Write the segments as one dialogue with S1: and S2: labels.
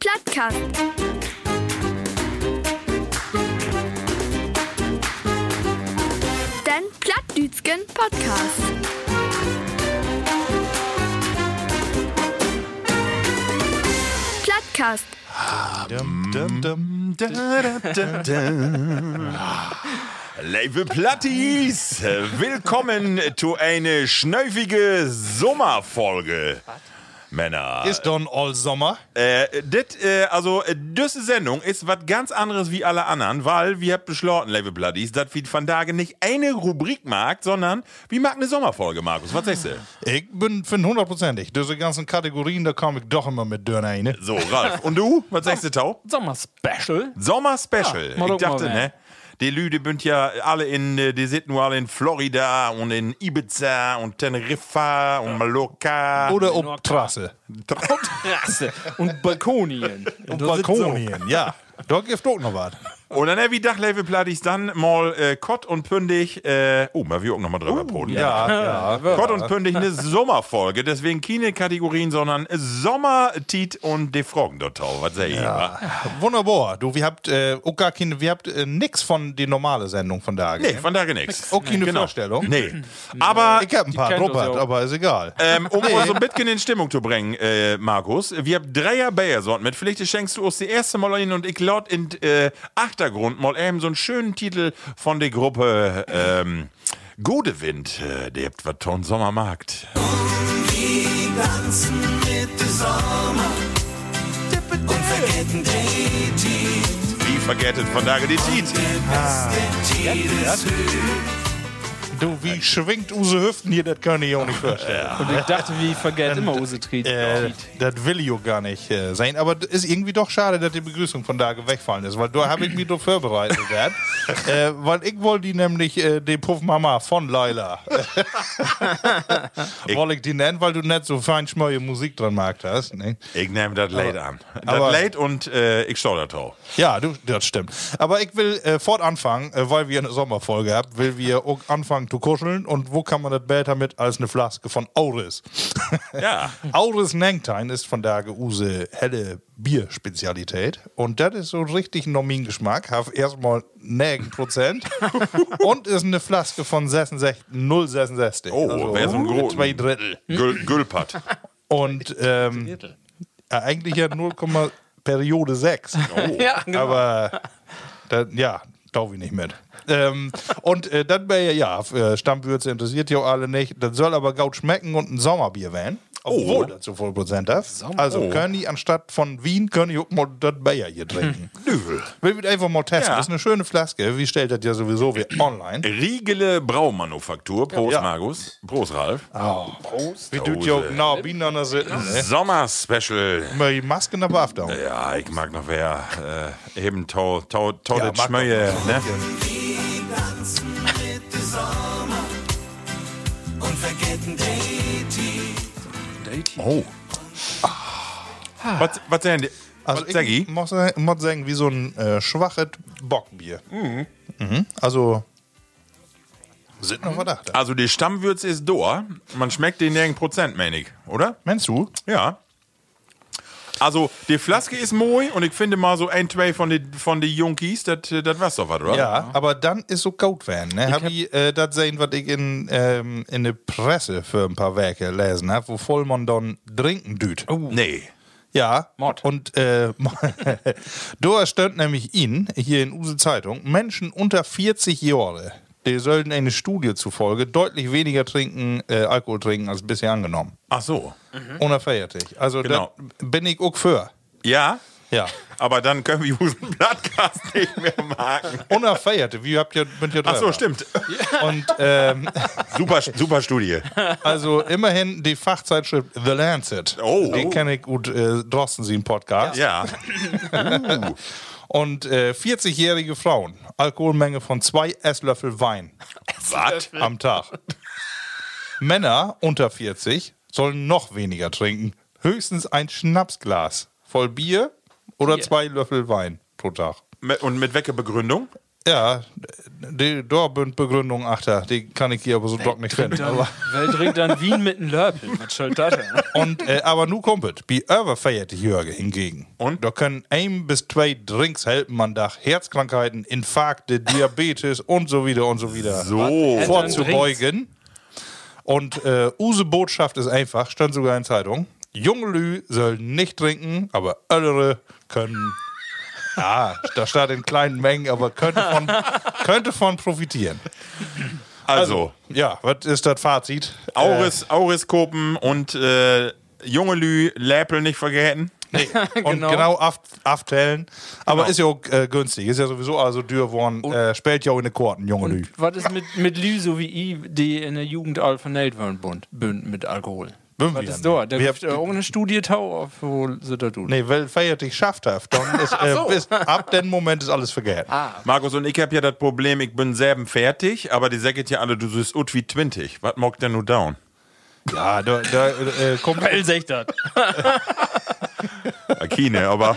S1: Plattkast. Dein Plattdütschen Podcast. Plattkast.
S2: Liebe Plattis, willkommen zu einer schnäufige Sommerfolge. Männer.
S3: Ist dann all Sommer.
S2: Äh, dit, äh, also, äh, diese Sendung ist was ganz anderes wie alle anderen, weil wir habt beschlossen, liebe Bloodies, dass wir von Tage nicht eine Rubrik mag, sondern wir mag eine Sommerfolge, Markus. Was sagst du?
S3: Ich bin für hundertprozentig. Diese ganzen Kategorien, da komme ich doch immer mit ne? dünn rein.
S2: So, Ralf. Und du? Was sagst du, Tau?
S4: Sommer-Special.
S2: Sommer-Special.
S4: Ja, mal
S2: ich
S4: gucken,
S2: dachte,
S4: mal,
S2: ne? Die Lüde bünd ja alle in, äh, die sind nur alle in Florida und in Ibiza und Teneriffa und Mallorca.
S3: Oder ob Trasse.
S4: Rasse. Und Balkonien.
S3: Und Balkonien, ja. Da gibt auch noch was.
S2: Und dann, äh, wie dachte, liebe Bloodies, dann mal äh, Kott und Pündig. Äh, oh, mal wir auch nochmal drüber uh,
S3: Ja, ja.
S2: Kott und Pündig eine Sommerfolge, deswegen keine Kategorien, sondern Sommer, Tiet und die Frogen dort drauf. Was sag ich immer?
S3: Wunderbar. Du, wir habt, äh, auch gar keine, wir habt äh, nix von der normalen Sendung von da.
S2: Nee, von daher nichts.
S4: oh,
S3: Auch keine Vorstellung.
S2: Nee. Aber
S3: Ich hab ein paar,
S4: kennt uns
S3: Robert,
S4: ja auch.
S3: aber ist egal.
S2: ähm, um uns so ein bisschen in Stimmung zu bringen, äh, Markus, wir haben Dreier Bayer-Sorten mit. Vielleicht schenkst du uns die erste Mal hin und ich laut in äh, Achtergrund mal eben so einen schönen Titel von der Gruppe ähm, Godewind. Äh, der habt was ton Sommermarkt.
S5: Die tanzen mit dem Sommer und vergessen die Tiet.
S2: Wie vergettet von daher die Tiet.
S5: Tiet ist
S3: Du, wie schwingt unsere Hüften hier, das kann ich auch nicht vorstellen.
S4: Und ich dachte, wir vergessen immer unsere Triet.
S3: Äh, das will ich auch gar nicht äh, sein. Aber das ist irgendwie doch schade, dass die Begrüßung von da wegfallen ist, weil da habe ich mich doch vorbereitet. gehabt. äh, weil ich wollte die nämlich, äh, die Puffmama von Laila, äh, wollte ich die nennen, weil du nicht so fein schmöje Musik dran magst hast. Ne?
S2: Ich nehme das late an. Das
S3: aber-
S2: late und äh, ich schau da drauf.
S3: Ja, du, das stimmt. Aber ich will äh, fortanfangen, äh, weil wir eine Sommerfolge haben, will wir auch anfangen zu kuscheln. Und wo kann man das besser mit als eine Flaske von Auris?
S2: Ja.
S3: Auris Nengtein ist von daher use helle Bierspezialität. Und das ist so richtig normin Geschmack. Hab erstmal 9 Prozent. und ist eine Flaske von 66, 0,66.
S2: Oh, wär so ein großen.
S3: mit Also, uh, Zwei Drittel.
S2: Gül Gülpat.
S3: Und ähm, äh, eigentlich ja 0, Periode 6.
S2: Oh,
S4: Ja, genau.
S3: Aber da, ja, taufe ich nicht mit. ähm, und äh, dann wäre ja, äh, Stammwürze interessiert ja auch alle nicht. Das soll aber gaut schmecken und ein Sommerbier werden.
S2: Oh.
S3: Obwohl dazu voll Prozent darf. Also können die anstatt von Wien, können die auch mal das Bayer hier trinken. Nübel. Will wir einfach mal testen.
S2: Hm. Ja.
S3: Das ist eine schöne Flaske. Wie stellt das ja sowieso wie online.
S2: Riegele Braumanufaktur. Prost,
S3: Ja.
S2: Markus. Prost, Ralf.
S3: Wie tut ja auch genau Wien an der Sitten. ne?
S2: Sommer-Special.
S3: Mal die Masken aber auf da.
S2: Ja, ich mag noch wer äh, eben Tau, Tau, Tau
S3: Ja,
S2: das
S3: mag
S2: Schmöje,
S3: doch.
S2: ne?
S5: die tanzen mit dem Sommer und vergessen die Tiet.
S2: Oh. Was, was denn? die-
S3: Also
S2: was sag
S3: ich
S2: ich?
S3: muss, muss sagen, wie so ein äh, schwaches Bockbier. Mhm. Also sind noch Verdacht. da.
S2: Also die Stammwürze ist Doa. Man schmeckt den nirgend Prozent, mein ich, oder?
S3: Meinst du?
S2: Ja. Also die Flaske ist moi und ich finde mal so ein, zwei von den von die Junkies, das das war's doch was, oder?
S3: Ja, aber dann ist so Gold werden. Ne? Hab ich äh, das sehen, was ich in, ähm, in der Presse für ein paar Werke lesen habe, wo Vollmann dann trinken düt.
S2: Nee.
S3: Ja.
S4: Mord.
S3: Und äh, da stand nämlich ihn hier in Use Zeitung, Menschen unter 40 Jahre, die sollten eine Studie zufolge deutlich weniger trinken, äh, Alkohol trinken als bisher angenommen.
S2: Ach so.
S3: Unerfeiertig. Also
S2: Mhm. Genau.
S3: da bin ich auch für.
S2: Ja,
S3: Ja.
S2: Aber dann können wir diesen Podcast nicht mehr machen.
S3: Unerfeierte, wie habt ihr mit ihr dran?
S2: Ach so, stimmt.
S3: Und ähm,
S2: Super, super Studie.
S3: also immerhin die Fachzeitschrift The Lancet.
S2: Oh.
S3: Die kenne ich gut, äh, Drosten sie im Podcast.
S2: Ja.
S3: Und äh, 40-jährige Frauen, Alkoholmenge von zwei Esslöffel Wein
S2: Was?
S3: am Tag. Männer unter 40 sollen noch weniger trinken. Höchstens ein Schnapsglas voll Bier oder zwei Löffel Wein pro Tag.
S2: Mit- Und mit welcher Begründung?
S3: Ja, die Dorbünd-Begründung, achter, die kann ich hier aber so doch nicht finden. Aber,
S4: Wer trinkt dann Wien mit einem Lörbel? Was soll das denn?
S3: und, äh, aber nu kommt Bi überfeierte Jürgen hingegen.
S2: Und?
S3: Da können ein bis zwei Drinks helfen am Tag. Herzkrankheiten, Infarkte, Diabetes und so wieder und so wieder
S2: So.
S3: vorzubeugen. Und äh, Use Botschaft ist einfach, stand sogar in Zeitung. Junge Lü sollen nicht trinken, aber ältere können. Ah, da steht in kleinen Mengen, aber könnte von, könnte von profitieren.
S2: Also,
S3: Ja, was ist das Fazit?
S2: äh, Auris, Auriskopen und äh, junge Lü, Läpel nicht vergessen.
S3: Und
S4: Genau.
S3: genau aft- aftellen. Aber
S2: Genau.
S3: ist ja auch äh, günstig. Ist ja sowieso also dürr worden. Äh, spielt ja auch in den Korten, junge Lü.
S4: Und was ist mit, mit Lü, so wie ich, die in der Jugend all vernellt waren, bunt, bünd mit Alkohol?
S3: Bünd
S4: was
S3: wir
S4: ist
S3: ja
S4: da?
S3: nicht.
S4: Da
S3: Wir
S4: gibt es
S3: hab-
S4: irgendeine Studie, tau, auf wo sie da tun.
S3: Nee, weil feiert dich schafft haft. Dann ist, äh, ist, ab dem Moment ist alles vergessen.
S4: Ah.
S2: Markus und ich hab ja das Problem, ich bin selben fertig, aber die säcket ja alle, du siehst ut wie 20. Was mag denn nur down?
S3: Ja, da, da äh, kommt
S4: Weil sich das.
S2: Kine, aber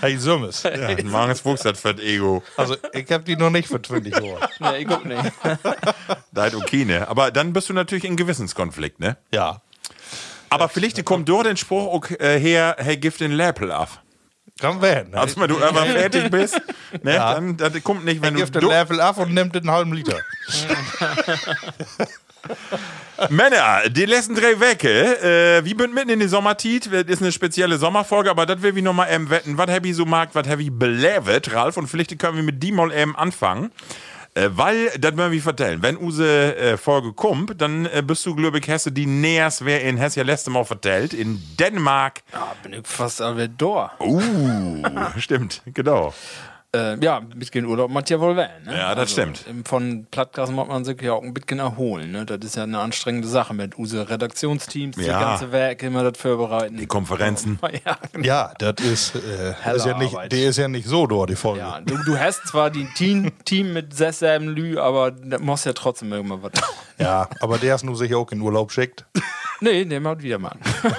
S3: Hey Summes.
S2: Maris Fuchs hat fett Ego.
S3: Also, ich habe die noch nicht für 20 Euro.
S4: Nee, ich guck nicht.
S2: Da hat Okine. Aber dann bist du natürlich in Gewissenskonflikt, ne?
S3: Ja.
S2: Aber vielleicht kommt dort den Spruch auch, äh, her, hey, gib den Läpel ab.
S3: Kann werden.
S2: Also, wenn du irgendwann fertig bist, ne,
S3: Ja.
S2: dann das kommt nicht, wenn du,
S3: Gibt den
S2: du
S3: Level ab und nimmt den halben Liter.
S2: Männer, die letzten drei Wecke, äh, wie bünd mitten in die Sommertit, das ist eine spezielle Sommerfolge, aber das will ich nochmal eben ähm, wetten, was Heavy so mag, was Heavy belevet, Ralf, und vielleicht können wir mit die mal eben anfangen. Äh, weil, das wollen wir vertellen, wenn use äh, Folge kommt, dann äh, bist du, glaube ich, Hesse, die näherst, wer in Hesse ja letzte Mal vertellt, in Dänemark.
S4: Ah, bin ich fast alle da.
S2: Uh, stimmt, genau.
S4: Äh, ja, ein bisschen Urlaub macht ja wohl weh. Ne?
S2: Ja, das stimmt.
S4: im- Von Plattgas macht man sich ja auch ein bisschen erholen. Ne? Das ist ja eine anstrengende Sache mit unseren Redaktionsteams, die
S2: Ja.
S4: ganze Werk immer das vorbereiten.
S2: Die Konferenzen.
S4: ja, genau.
S3: Ja, das ist, äh, ist ja nicht,
S4: Arbeit.
S3: die ist ja nicht so durch, die Folge.
S4: Ja, du, du hast zwar die Team, Team mit Sessam Lü, aber da musst ja trotzdem irgendwann was.
S3: Ja, aber der ist nur sich auch in Urlaub schickt.
S4: nee, nehmen wir wieder mal.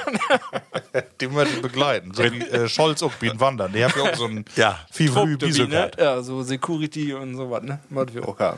S3: Die möchte ich begleiten. So wie äh, Scholz auch wie ein Wandern. Die haben ja auch so einen
S2: Ja.
S3: Fivrü Biso
S4: ne?
S3: gehabt.
S4: Ja, so Security und so was, ne? Was wir auch haben.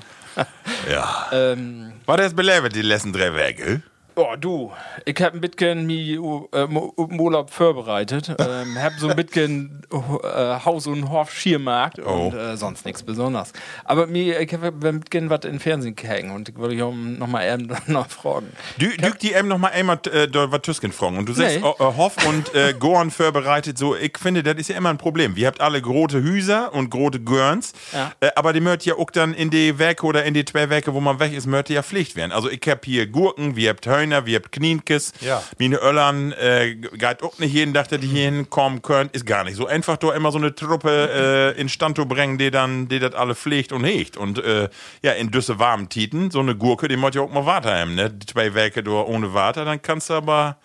S2: Ja.
S4: Ähm,
S2: War das belevet, die letzten drei eh? Wecke?
S4: oh, du, ich hab ein bisschen mi u- äh, mo- im Urlaub vorbereitet. Ähm, hab so ein bisschen ho- äh, Haus- und Hof-Schiermarkt und
S2: Oh.
S4: äh, sonst nichts Besonderes. Aber mir, ich hab ein bisschen was im Fernsehen gehängt und ich wollte ich auch nochmal eben noch fragen.
S2: Dü, düg die eben noch mal einmal äh, da was Tüsken fragen. Und du sagst,
S4: Nee.
S2: oh, äh, Hoff und äh, Gorn vorbereitet so. Ich finde, das ist ja immer ein Problem. Wir habt alle große Hüser und große Görns.
S4: Ja.
S2: Äh, aber die mört ja auch dann in die Werke oder in die zwei Werke, wo man weg ist, mört ja Pflicht werden. Also ich hab hier Gurken, wir habt Hörner, wir habt Knienkes.
S3: Ja.
S2: Mine Öllern, äh, geht auch nicht jeden Tag, dass die hier hinkommen könnt. Ist gar nicht so einfach, da immer so eine Truppe äh, instand zu bringen, die dann, die das alle pflegt und hegt. Und äh, ja, in düsse warmen Titen, so eine Gurke, die muss ja auch mal Water haben, ne? Die zwei Werke da ohne Water, dann kannst du aber,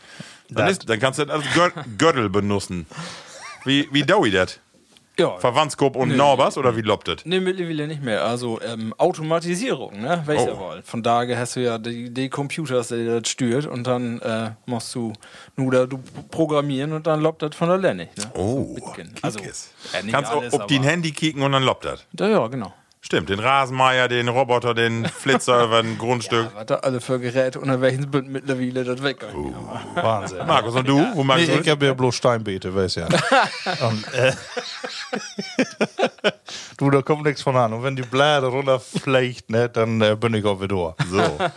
S2: dann, ist, dann kannst du das als Gör Gürtel benutzen. Wie, wie Dowie das?
S4: Ja,
S2: Verwandtskop und Norbers oder wie lobt das?
S4: Nee, mittlerweile nicht mehr. Also ähm, Automatisierung, ne? Weiß ja
S2: Oh.
S4: wohl. Von daher hast du ja die, die Computers, die das stört und dann äh, musst du nur da du programmieren und dann lobt das von der Lennig. Ne?
S2: Oh,
S4: Mitgehen.
S2: also,
S4: Also, ja, nicht
S2: kannst
S4: alles,
S2: du ob die ein
S4: aber-
S2: Handy kicken und dann lobt das.
S4: Da, ja, genau.
S2: Stimmt, den Rasenmeier, den Roboter, den Flitzer über ein Grundstück.
S4: Was da alle für Geräte unter welchen sind mittlerweile das weg.
S2: Oh.
S3: Wahnsinn.
S2: Markus, und du? Wo magst
S3: Nee,
S2: du?
S3: ich habe ja bloß Steinbeete, weiß ja. und, äh, du, da kommt nichts von an. Und wenn die Blätter runterflecht, ne, dann äh, bin ich auf wieder.
S2: So. Ralf,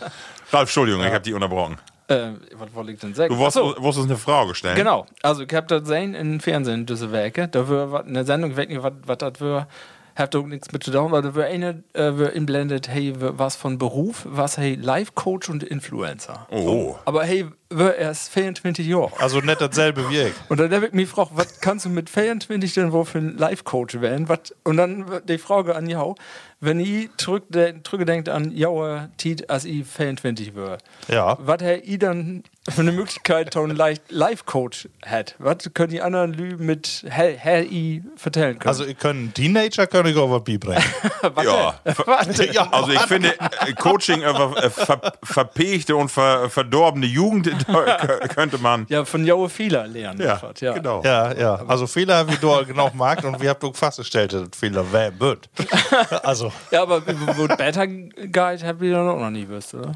S2: Entschuldigung, ich habe dich unterbrochen.
S4: Äh, was wollte ich denn sagen?
S2: Du wolltest
S4: Ach so,
S2: wolltest uns eine Frage stellen.
S4: Genau, also ich hab das gesehen im Fernsehen, diese Werke. Da war wat- eine Sendung, ich weiß nicht, was das war. Hab da auch nichts mit zu tun, aber da war eine, äh, war inblendet, hey, wa- was von Beruf, was hey, Life-Coach und Influencer.
S2: Oh.
S4: Aber hey, war erst 24 Jahre.
S3: Also nicht dasselbe wie ich.
S4: Und dann habe ich mich gefragt, was kannst du mit 24 denn wohl für ein Life-Coach werden? Was- Und dann die Frage an Jau, wenn ich zurückdenkt an Jauer Tiet, als ich 24 war,
S3: Ja.
S4: was hätte ich dann für eine Möglichkeit, so ein leicht Life-Coach hätte? Was können die anderen Lü mit hell, hell ich vertellen können?
S3: Also ich kann Teenager kann ich auch was beibringen.
S4: was
S2: Ja.
S4: denn? Was denn?
S3: ja,
S2: Also ich finde, äh, Coaching über äh, ver, verpegte und ver, verdorbene Jugend äh, kö- könnte man.
S4: ja, von Jauer Fehler lernen. was, ja.
S2: genau.
S3: ja, ja. Also Fehler wie du genau magst und wir haben doch festgestellt, dass Fehler wären wird. Also
S4: Ja, aber wo Beta Guide habt ihr dann auch noch nie gewusst, oder?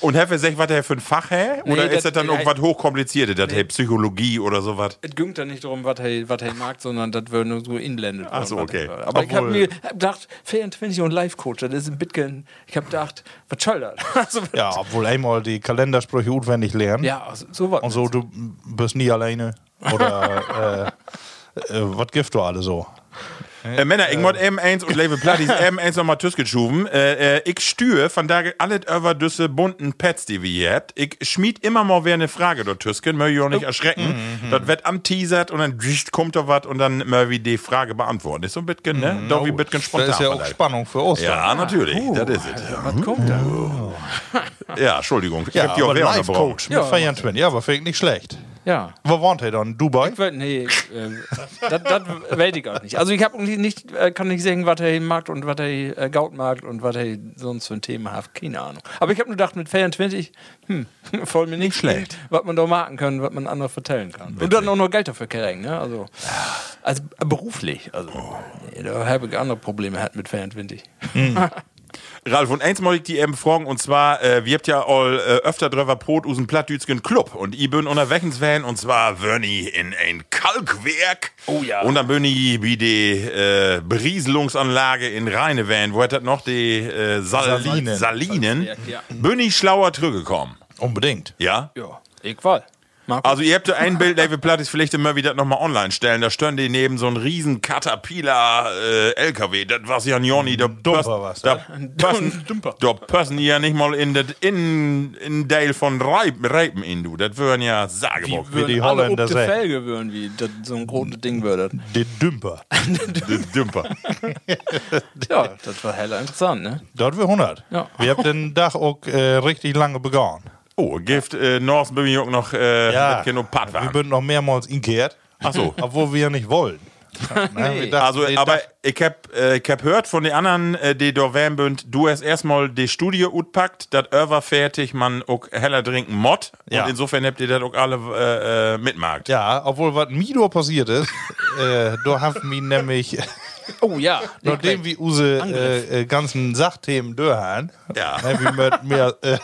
S2: Und Herr sagt, was er für ein Fach hä? Oder
S4: Nee,
S2: ist das
S4: das-
S2: dann irgendwas hochkompliziertes, das hey, Psychologie oder sowas?
S4: Es ging da nicht darum, was er, was er mag, sondern das wird nur so inlandet.
S2: Ach so, okay.
S4: Aber ich habe mir hab gedacht, Fan 20 und Live-Coach, das ist ein Bitcoin. Ich habe gedacht, was soll das? Also,
S3: ja, obwohl einmal die Kalendersprüche auswendig lernen.
S4: ja, also, sowas.
S3: Und so, du bist nie alleine. Oder äh, äh, was gibt du alle so?
S2: Äh, Männer, ich mod M1 und Label Platties M1 nochmal geschoben. Äh, äh, ich stühe von daher alle über düsse bunten Pets, die wir hier habt. Ich schmied immer mal wer eine Frage dort Tüsken, möcht ich auch nicht
S3: Oh.
S2: erschrecken.
S3: Mhm,
S2: Das wird am Teasert und dann gischt kommt da was und dann möcht ich die Frage beantworten. Ist so ein bisschen, ne? Da wie ein bisschen
S3: Mhm. Oh, Das
S2: spontan.
S3: ist ja auch Uh.
S2: vielleicht.
S3: Spannung für uns.
S2: ja, natürlich. das ist es.
S4: was kommt da?
S2: Ja, Entschuldigung. Ich
S3: Ja,
S2: hab die auch
S3: aber
S2: wer
S3: Life
S2: unterbrochen.
S3: Coach
S4: Ja,
S3: mit Feiern Twin. Ja, aber finde ich nicht schlecht.
S4: Ja.
S3: Wo wohnt er dann? Dubai?
S4: Ich weiß- Nee, äh, das weiß ich auch nicht. Also ich hab nicht, äh, kann nicht sagen, was er mag und was er äh, Gaut mag und was er sonst für ein Thema hat. Keine Ahnung. Aber ich habe nur gedacht, mit 24, hm, voll mir nicht schlecht, was man da machen kann, was man anderen vertellen kann. Und dann auch noch Geld dafür kriegen, ne? Also, also äh, beruflich. Also, nee, da habe ich andere Probleme halt mit 24. Hm.
S2: Ralf, und eins muss ich die eben fragen, und zwar, äh, wir habt ja all äh, öfter drüber Brot usen Plattdütschen Club. Und ich bin unterwegs Fan, und zwar Wörni in ein Kalkwerk. Oh
S4: ja.
S2: Und dann bin ich wie die äh, Berieselungsanlage in Rheinevan, wo hat das noch, die äh, Sal Salinen.
S3: Salinen.
S2: Salinen.
S4: Salzwerk, ja.
S2: Bin ich schlauer zurückgekommen.
S3: Unbedingt.
S2: Ja?
S4: Ja, egal. Marco,
S2: Also ihr habt ja ein Bild, David Platt ist vielleicht immer wieder nochmal online stellen. Da stehen die neben so einem riesen Caterpillar äh, LKW. Das war ja Joni, da
S3: Dumper was,
S2: da
S3: ne?
S2: passen, da passen die ja nicht mal in das in, in Teil von Reipen, Reipen in du. Das würden ja Sageburg.
S3: wie die
S4: alle
S3: Holländer
S4: ob die
S3: sagen.
S4: Felge würden, wie das so ein großes Ding würde.
S3: Den Dümper.
S2: Dümper.
S4: Ja, das war heller interessant, ne?
S3: Dort wir 100.
S4: Ja.
S3: Wir haben den Dach auch äh, richtig lange begonnen.
S2: Oh, Gift äh, North bin ich auch noch äh, mit Kino
S3: wir
S2: Patwagen.
S3: sind noch mehrmals inkehrt.
S2: Ach so.
S3: Obwohl wir ja nicht wollen. Nein, wir dachten,
S2: Also,
S3: wir
S2: aber
S3: dachten,
S2: ich hab, äh, ich hab gehört von den anderen, äh, die da wären bünd, du hast erstmal die Studie utpackt, dat Över fertig, man auch heller trinken Mod.
S3: Ja.
S2: Und insofern habt ihr das auch alle äh, äh, mitmarkt.
S3: ja, obwohl was Mido passiert ist, äh, da haben wir nämlich,
S4: Oh ja.
S3: nachdem wir unsere äh, äh, ganzen Sachthemen durchhaben,
S2: Ja.
S3: ne, wir möchten mehr, äh,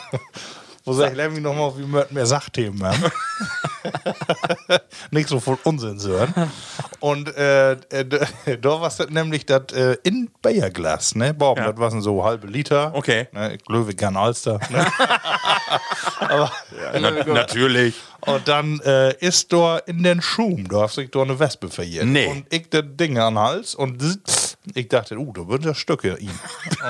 S3: wo sag ich, lernen wir nochmal, wir möchten mehr Sachthemen haben. nicht so voll Unsinn hören. Und äh, äh, d- da war es nämlich das äh, in Bayerglas, ne? Bob,
S2: Ja.
S3: das waren so halbe Liter.
S2: Okay.
S3: Ne? Löwe gern Alster. Ne? Aber,
S4: Oh äh,
S2: Na, natürlich.
S3: Und dann äh, ist da in den Schum, da hast sich da eine Wespe verjährt.
S2: Nee.
S3: Und ich das Ding an den Hals und zzt, ich dachte, uh, da wird das Stücke ihm.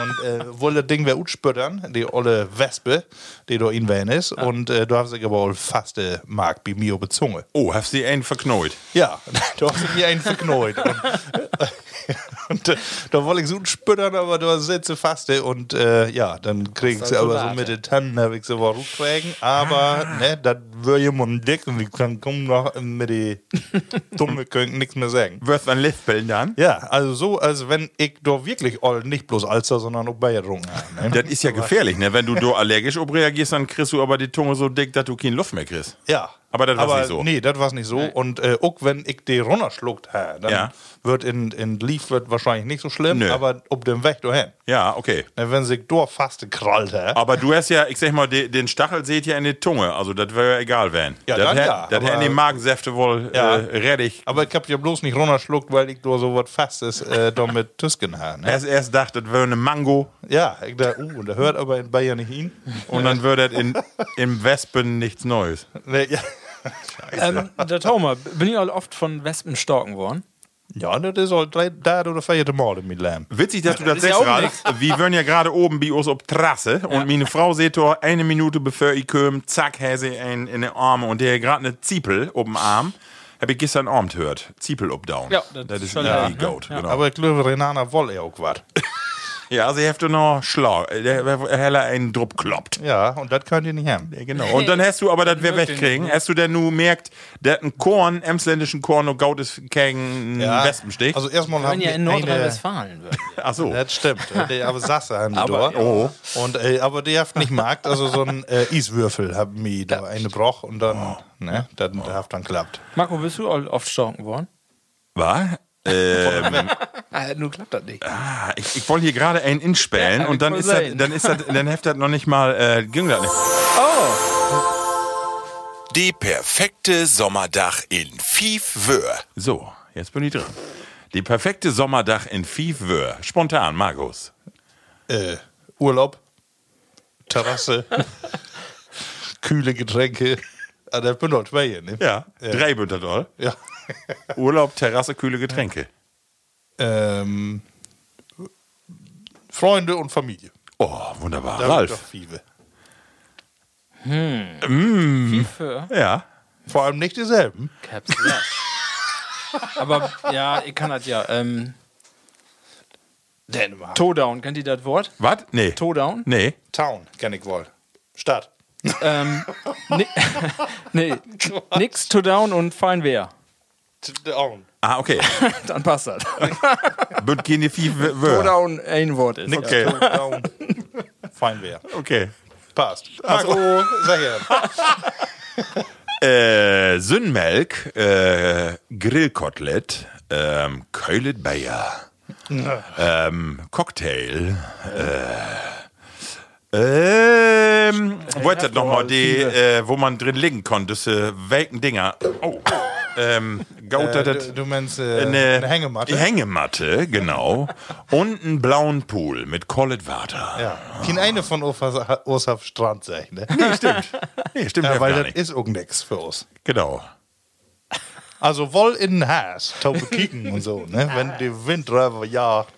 S3: und äh, wollte das Ding wer utspüttern, die olle Wespe, die da in Wien ist. Und äh, da hast sich aber auch fast äh, Mark bei mir bezunge.
S2: Oh, hast du einen verknollt?
S3: Ja, du hast mir einen verknäut. Und, äh, und äh, da wollte ich so spüttern, aber du sitze faste und äh, ja, dann krieg ich sie aber so mit den Tannen, habe ich sie wohl rutschwägen, aber ne, das wird jemand dick und ich kann kaum noch mit den Dumme können nichts mehr sagen.
S2: Wirst du ein Liftbild dann?
S3: Ja, also so, als wenn ich doch wirklich all, nicht bloß Alster, sondern auch Bayer getrunken habe. Ne?
S2: Das ist ja gefährlich, ne? Wenn du da allergisch ob reagierst, dann kriegst du aber die Tunge so dick, dass du keine Luft mehr kriegst.
S3: Ja.
S2: Aber das war's nicht so.
S3: Nee, das war's nicht so. Und äh, auch wenn ich die runterschluckt habe, dann
S2: Ja.
S3: wird in, in Leaf wird wahrscheinlich nicht so schlimm,
S2: Nö.
S3: aber ob dem Weg dahin.
S2: Ja, okay.
S3: Ne, wenn sich durch faste krallt, hä?
S2: Aber du hast ja, ich sag mal, de, den Stachel seht ihr in der Tunge. Also, das wäre ja egal, wenn.
S3: Ja,
S2: das
S3: dann
S2: hätt-
S3: ja,
S2: Das
S3: aber-
S2: hätten die Magensäfte wohl
S3: Ja.
S2: äh, rettig
S3: Aber ich hab ja bloß nicht runterschluckt, weil ich nur so was Fastes äh, da mit Tüsken habe. Ne?
S2: Erst, erst dachte, das wäre eine Mango
S3: Ja, ich dachte, uh, da hört aber in Bayern nicht hin.
S2: und dann würde das in, im Wespen nichts Neues.
S3: Ne, ja. Ähm.
S4: Ähm, der Tauma, bin ich auch oft von Wespen stalken worden?
S3: Ja, das ist halt drei- der oder vierte Mal in meinem Leben.
S2: Witzig, dass du das
S4: ist ja
S2: sagst,
S4: auch
S2: Ralf. Wir waren ja gerade oben bei uns auf Trasse und meine Frau seht ihr, eine Minute bevor ich komme, zack, hat sie einen in den Arm und der hat gerade eine Ziepel oben Arm. Habe ich gestern Abend gehört. Ziepel up down.
S4: Ja,
S2: das,
S4: das
S2: ist
S4: ist
S2: ein
S4: schon
S2: ja,
S4: lang, ne?
S2: Goat, genau.
S3: Aber ich glaube, Renana wolle ja auch was.
S2: ja, sie hefte noch schlau. Der der heller einen Druck kloppt.
S3: Ja, und das könnt ihr nicht haben.
S2: Genau. Und dann hast du, aber das wir wegkriegen, hast du denn nur merkt, der ein Korn, emsländischen Korn, und Goat ist gegen
S3: Ja.
S2: Wespenstich.
S3: Also erstmal haben
S4: Wenn ja
S3: die
S4: in
S3: eine-
S4: Nordrhein-Westfalen wird.
S2: Ach so.
S3: Das stimmt. Äh, die- aber Sasse haben die
S4: Aber,
S3: da. Und, äh, aber die haben nicht markt, also so ein äh, Eiswürfel haben mir da eine Broch und dann, ne, das oh. hat dann klappt.
S4: Marco, bist du all- oft stalken worden?
S2: War? Ähm,
S4: Ah, nur klappt das nicht.
S2: Ah, ich, ich wollte hier gerade einen inspähen
S4: Ja,
S2: und dann
S4: kann
S2: ist das,
S4: sein.
S2: dann ist das, dann heftet das noch nicht mal, äh, ging das nicht.
S6: Oh. Die perfekte Sommerdach in Fiefwöhr.
S2: So, jetzt bin ich dran. Die perfekte Sommerdach in Fiefwöhr. Spontan, Markus.
S3: Äh, Urlaub, Terrasse, kühle Getränke. Ah, das bin doch zwei hier, ne?
S2: Ja, drei Bündel, oder?
S3: ja.
S2: Urlaub, Terrasse, kühle Getränke.
S3: ähm, Freunde und Familie.
S2: Oh, wunderbar.
S3: Da wird doch
S2: Ralf.
S3: viele.
S4: Für
S2: Ja.
S3: Vor allem nicht dieselben.
S4: Ähm. Caps Lock. Aber ja, ich kann das ja. Ähm,
S3: Dänemark.
S4: Todown, kennt ihr das Wort?
S2: Was? Nee.
S4: Todown?
S2: Nee.
S3: Town, kann ich wohl. Stadt.
S4: ähm, ni nee, nix to down und fein wer.
S3: Town.
S2: Ah, okay.
S4: Dann passt das.
S2: Bündel gehen die
S4: To
S2: Fiefwöhr.
S4: down ein Wort ist.
S3: Nix
S2: Okay.
S3: Town. Fein wär.
S2: Okay.
S3: Passt. Also, sag ja.
S2: Äh, Sünnmelk, äh, Grillkotelett, ähm, Keulet Bayer, ähm, Cocktail, äh, ähm, wollte das nochmal, die, äh, wo man drin liegen konnte, diese äh, welken Dinger. Oh, ähm, Gaut
S3: Äh,
S2: hat
S3: du,
S2: das.
S3: du meinst äh,
S2: Eine,
S3: eine, Hängematte?
S2: Hängematte, genau. und einen blauen Pool mit Collet Water.
S3: ja. Kein eine von uns auf Strand sein, ne?
S2: Nee, stimmt. Nee, stimmt ja,
S3: Ja, weil
S2: gar
S3: das
S2: nicht.
S3: ist auch nix für uns.
S2: Genau.
S3: Also wohl in den Haas, taube Kieken und so, ne? Wenn die Windräuber jagt.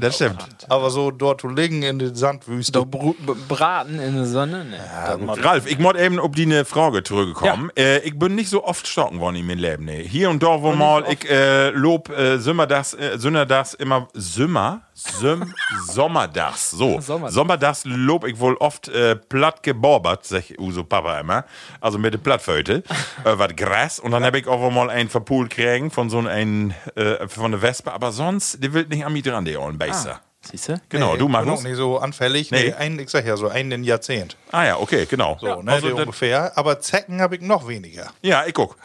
S2: Das stimmt.
S3: Aber so dort zu liegen in den Sandwüsten.
S4: Doch bru- b- braten in der Sonne? Nee. Dann mal-
S2: Ralf, ich muss eben auf deine Frage zurückkommen. Äh, ich bin nicht so oft stocken worden in meinem Leben. Nee. Hier und da, wo mal ich äh, lob äh, Sümmerdags, äh, Sünnerdags immer Sümmer, Süm, Sommerdags. So,
S4: Sommerdags.
S2: Sommerdags lob ich wohl oft äh, platt geborbert, sag Uso Papa immer. Also mit den Plattföte, äh, was Gras. Und dann habe ich auch wohl mal einen verpult kriegen von so einem, äh, von einer Wespe. Aber sonst, der will nicht an mich dran, der Ohren Baser.
S4: Siehst du?
S2: Genau, du
S3: machst. auch
S2: machst.
S3: Ah. nicht so anfällig.
S2: Nee.
S3: Nee. ein, ich sag ja so, einen Jahrzehnt.
S2: Ah ja, okay, genau.
S3: So, ne?
S2: also,
S3: die
S2: das-
S3: ungefähr. Aber Zecken habe ich noch weniger.
S2: ja, ich guck.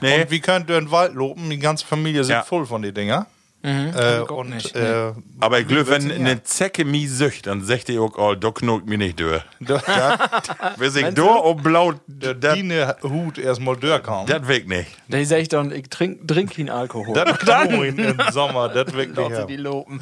S2: Nee.
S3: Und wie könnt ihr in den Wald lopen? Die ganze Familie sind
S2: Ja.
S3: voll von den Dinger. Äh, und
S4: nicht,
S3: äh,
S2: Aber ich glaube, wenn
S3: ja.
S2: eine Zecke mich sücht, dann sagt ihr auch, oh, da knurrt mich nicht durch.
S3: da,
S2: Bis ich da und blau, das
S3: Dine Hut erstmal durchkommen.
S2: weg nicht.
S4: Da sag ich dann, ich trink, trink keinen Alkohol.
S3: Das kann man im Sommer, das wirklich.
S4: Laut sie
S3: Ja.
S4: die Lopen.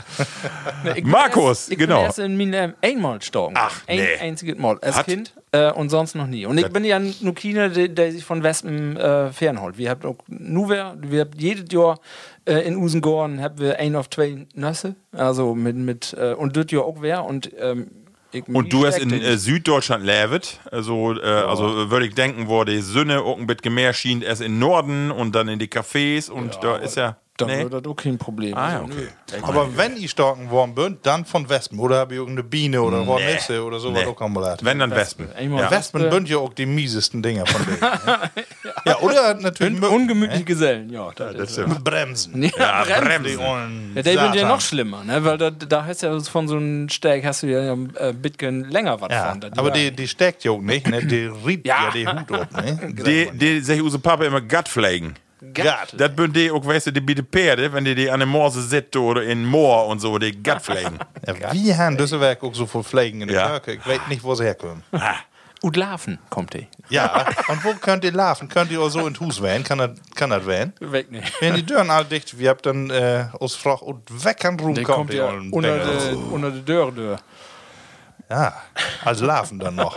S4: Nee, ich bin
S2: Markus,
S4: erst, ich
S2: genau.
S4: Bin erst in meinem einmal gestorben.
S2: Ach,
S4: ein
S2: nee.
S4: einziges Mal. Als
S2: Hat-
S4: Kind äh, und sonst noch nie. Und ich bin ja nur China, der, der sich von Wespen äh, fernholt. Wir haben nur, wer- wir haben jedes Jahr äh, in Usengorn haben wir ein auf zwei Nösse. Also mit, mit äh, und das Jahr auch wer. Und, ähm, ich
S2: Und du hast in
S4: steckte
S2: äh, Süddeutschland lebt, also, äh, also würde ich denken, wo die Sünne auch ein bisschen mehr schien, erst in Norden und dann in die Cafés und da ist ja...
S4: dann
S2: Nee.
S4: wird das auch kein Problem.
S2: Ah, ja,
S4: Also,
S2: okay.
S3: Aber wenn ich stalken worden bin, dann von Wespen. Oder habe ich irgendeine Biene oder Hornisse oder sowas
S2: Nee.
S3: auch einmal
S2: Wenn, dann Wespen.
S4: Einmal
S2: Ja.
S3: Wespen sind ja auch die miesesten Dinger von denen. ne? ja, oder natürlich
S4: nö. Ungemütliche Gesellen, ja. Das ist,
S3: Mücken. Bremsen.
S2: Ja,
S3: Die
S2: Bremsen.
S3: ollen
S4: Ja, der wird ja
S3: Satan.
S4: noch schlimmer, ne? weil da, da heißt ja von so einem Steak hast du ja ein äh, bisschen länger was
S3: Ja,
S4: von. da
S3: aber
S4: war-
S3: die, die steckt ja auch nicht, ne? die riebt ja,
S4: Ja.
S3: die Hut ab. Ne?
S2: Die, die sag ich unsere Papa immer Gutflagen.
S3: Gott.
S2: Das bünd die auch, weißt du, die biete Pferde, wenn die die an der Morse sitzt oder in Moor und so, die Gutflagen.
S3: Ja, wie haben Düsselwerk auch so viel Pflegen in der
S2: Ja.
S3: Kirche? Ich weiß nicht, wo sie herkommen.
S4: Udlafen kommt die.
S3: Ja, und wo könnt ihr laufen? Könnt ihr auch so in Hus wählen? Kann das, kann das wählen?
S4: Weg nicht.
S3: Wenn die Türen alle dicht, wir habt dann äh, aus Froch und Weckern rum
S4: Der kommt ja
S3: ollen
S4: unter
S3: Dinger.
S4: die, unter die Dörr, Dörr.
S3: Ja, als Larven dann also noch.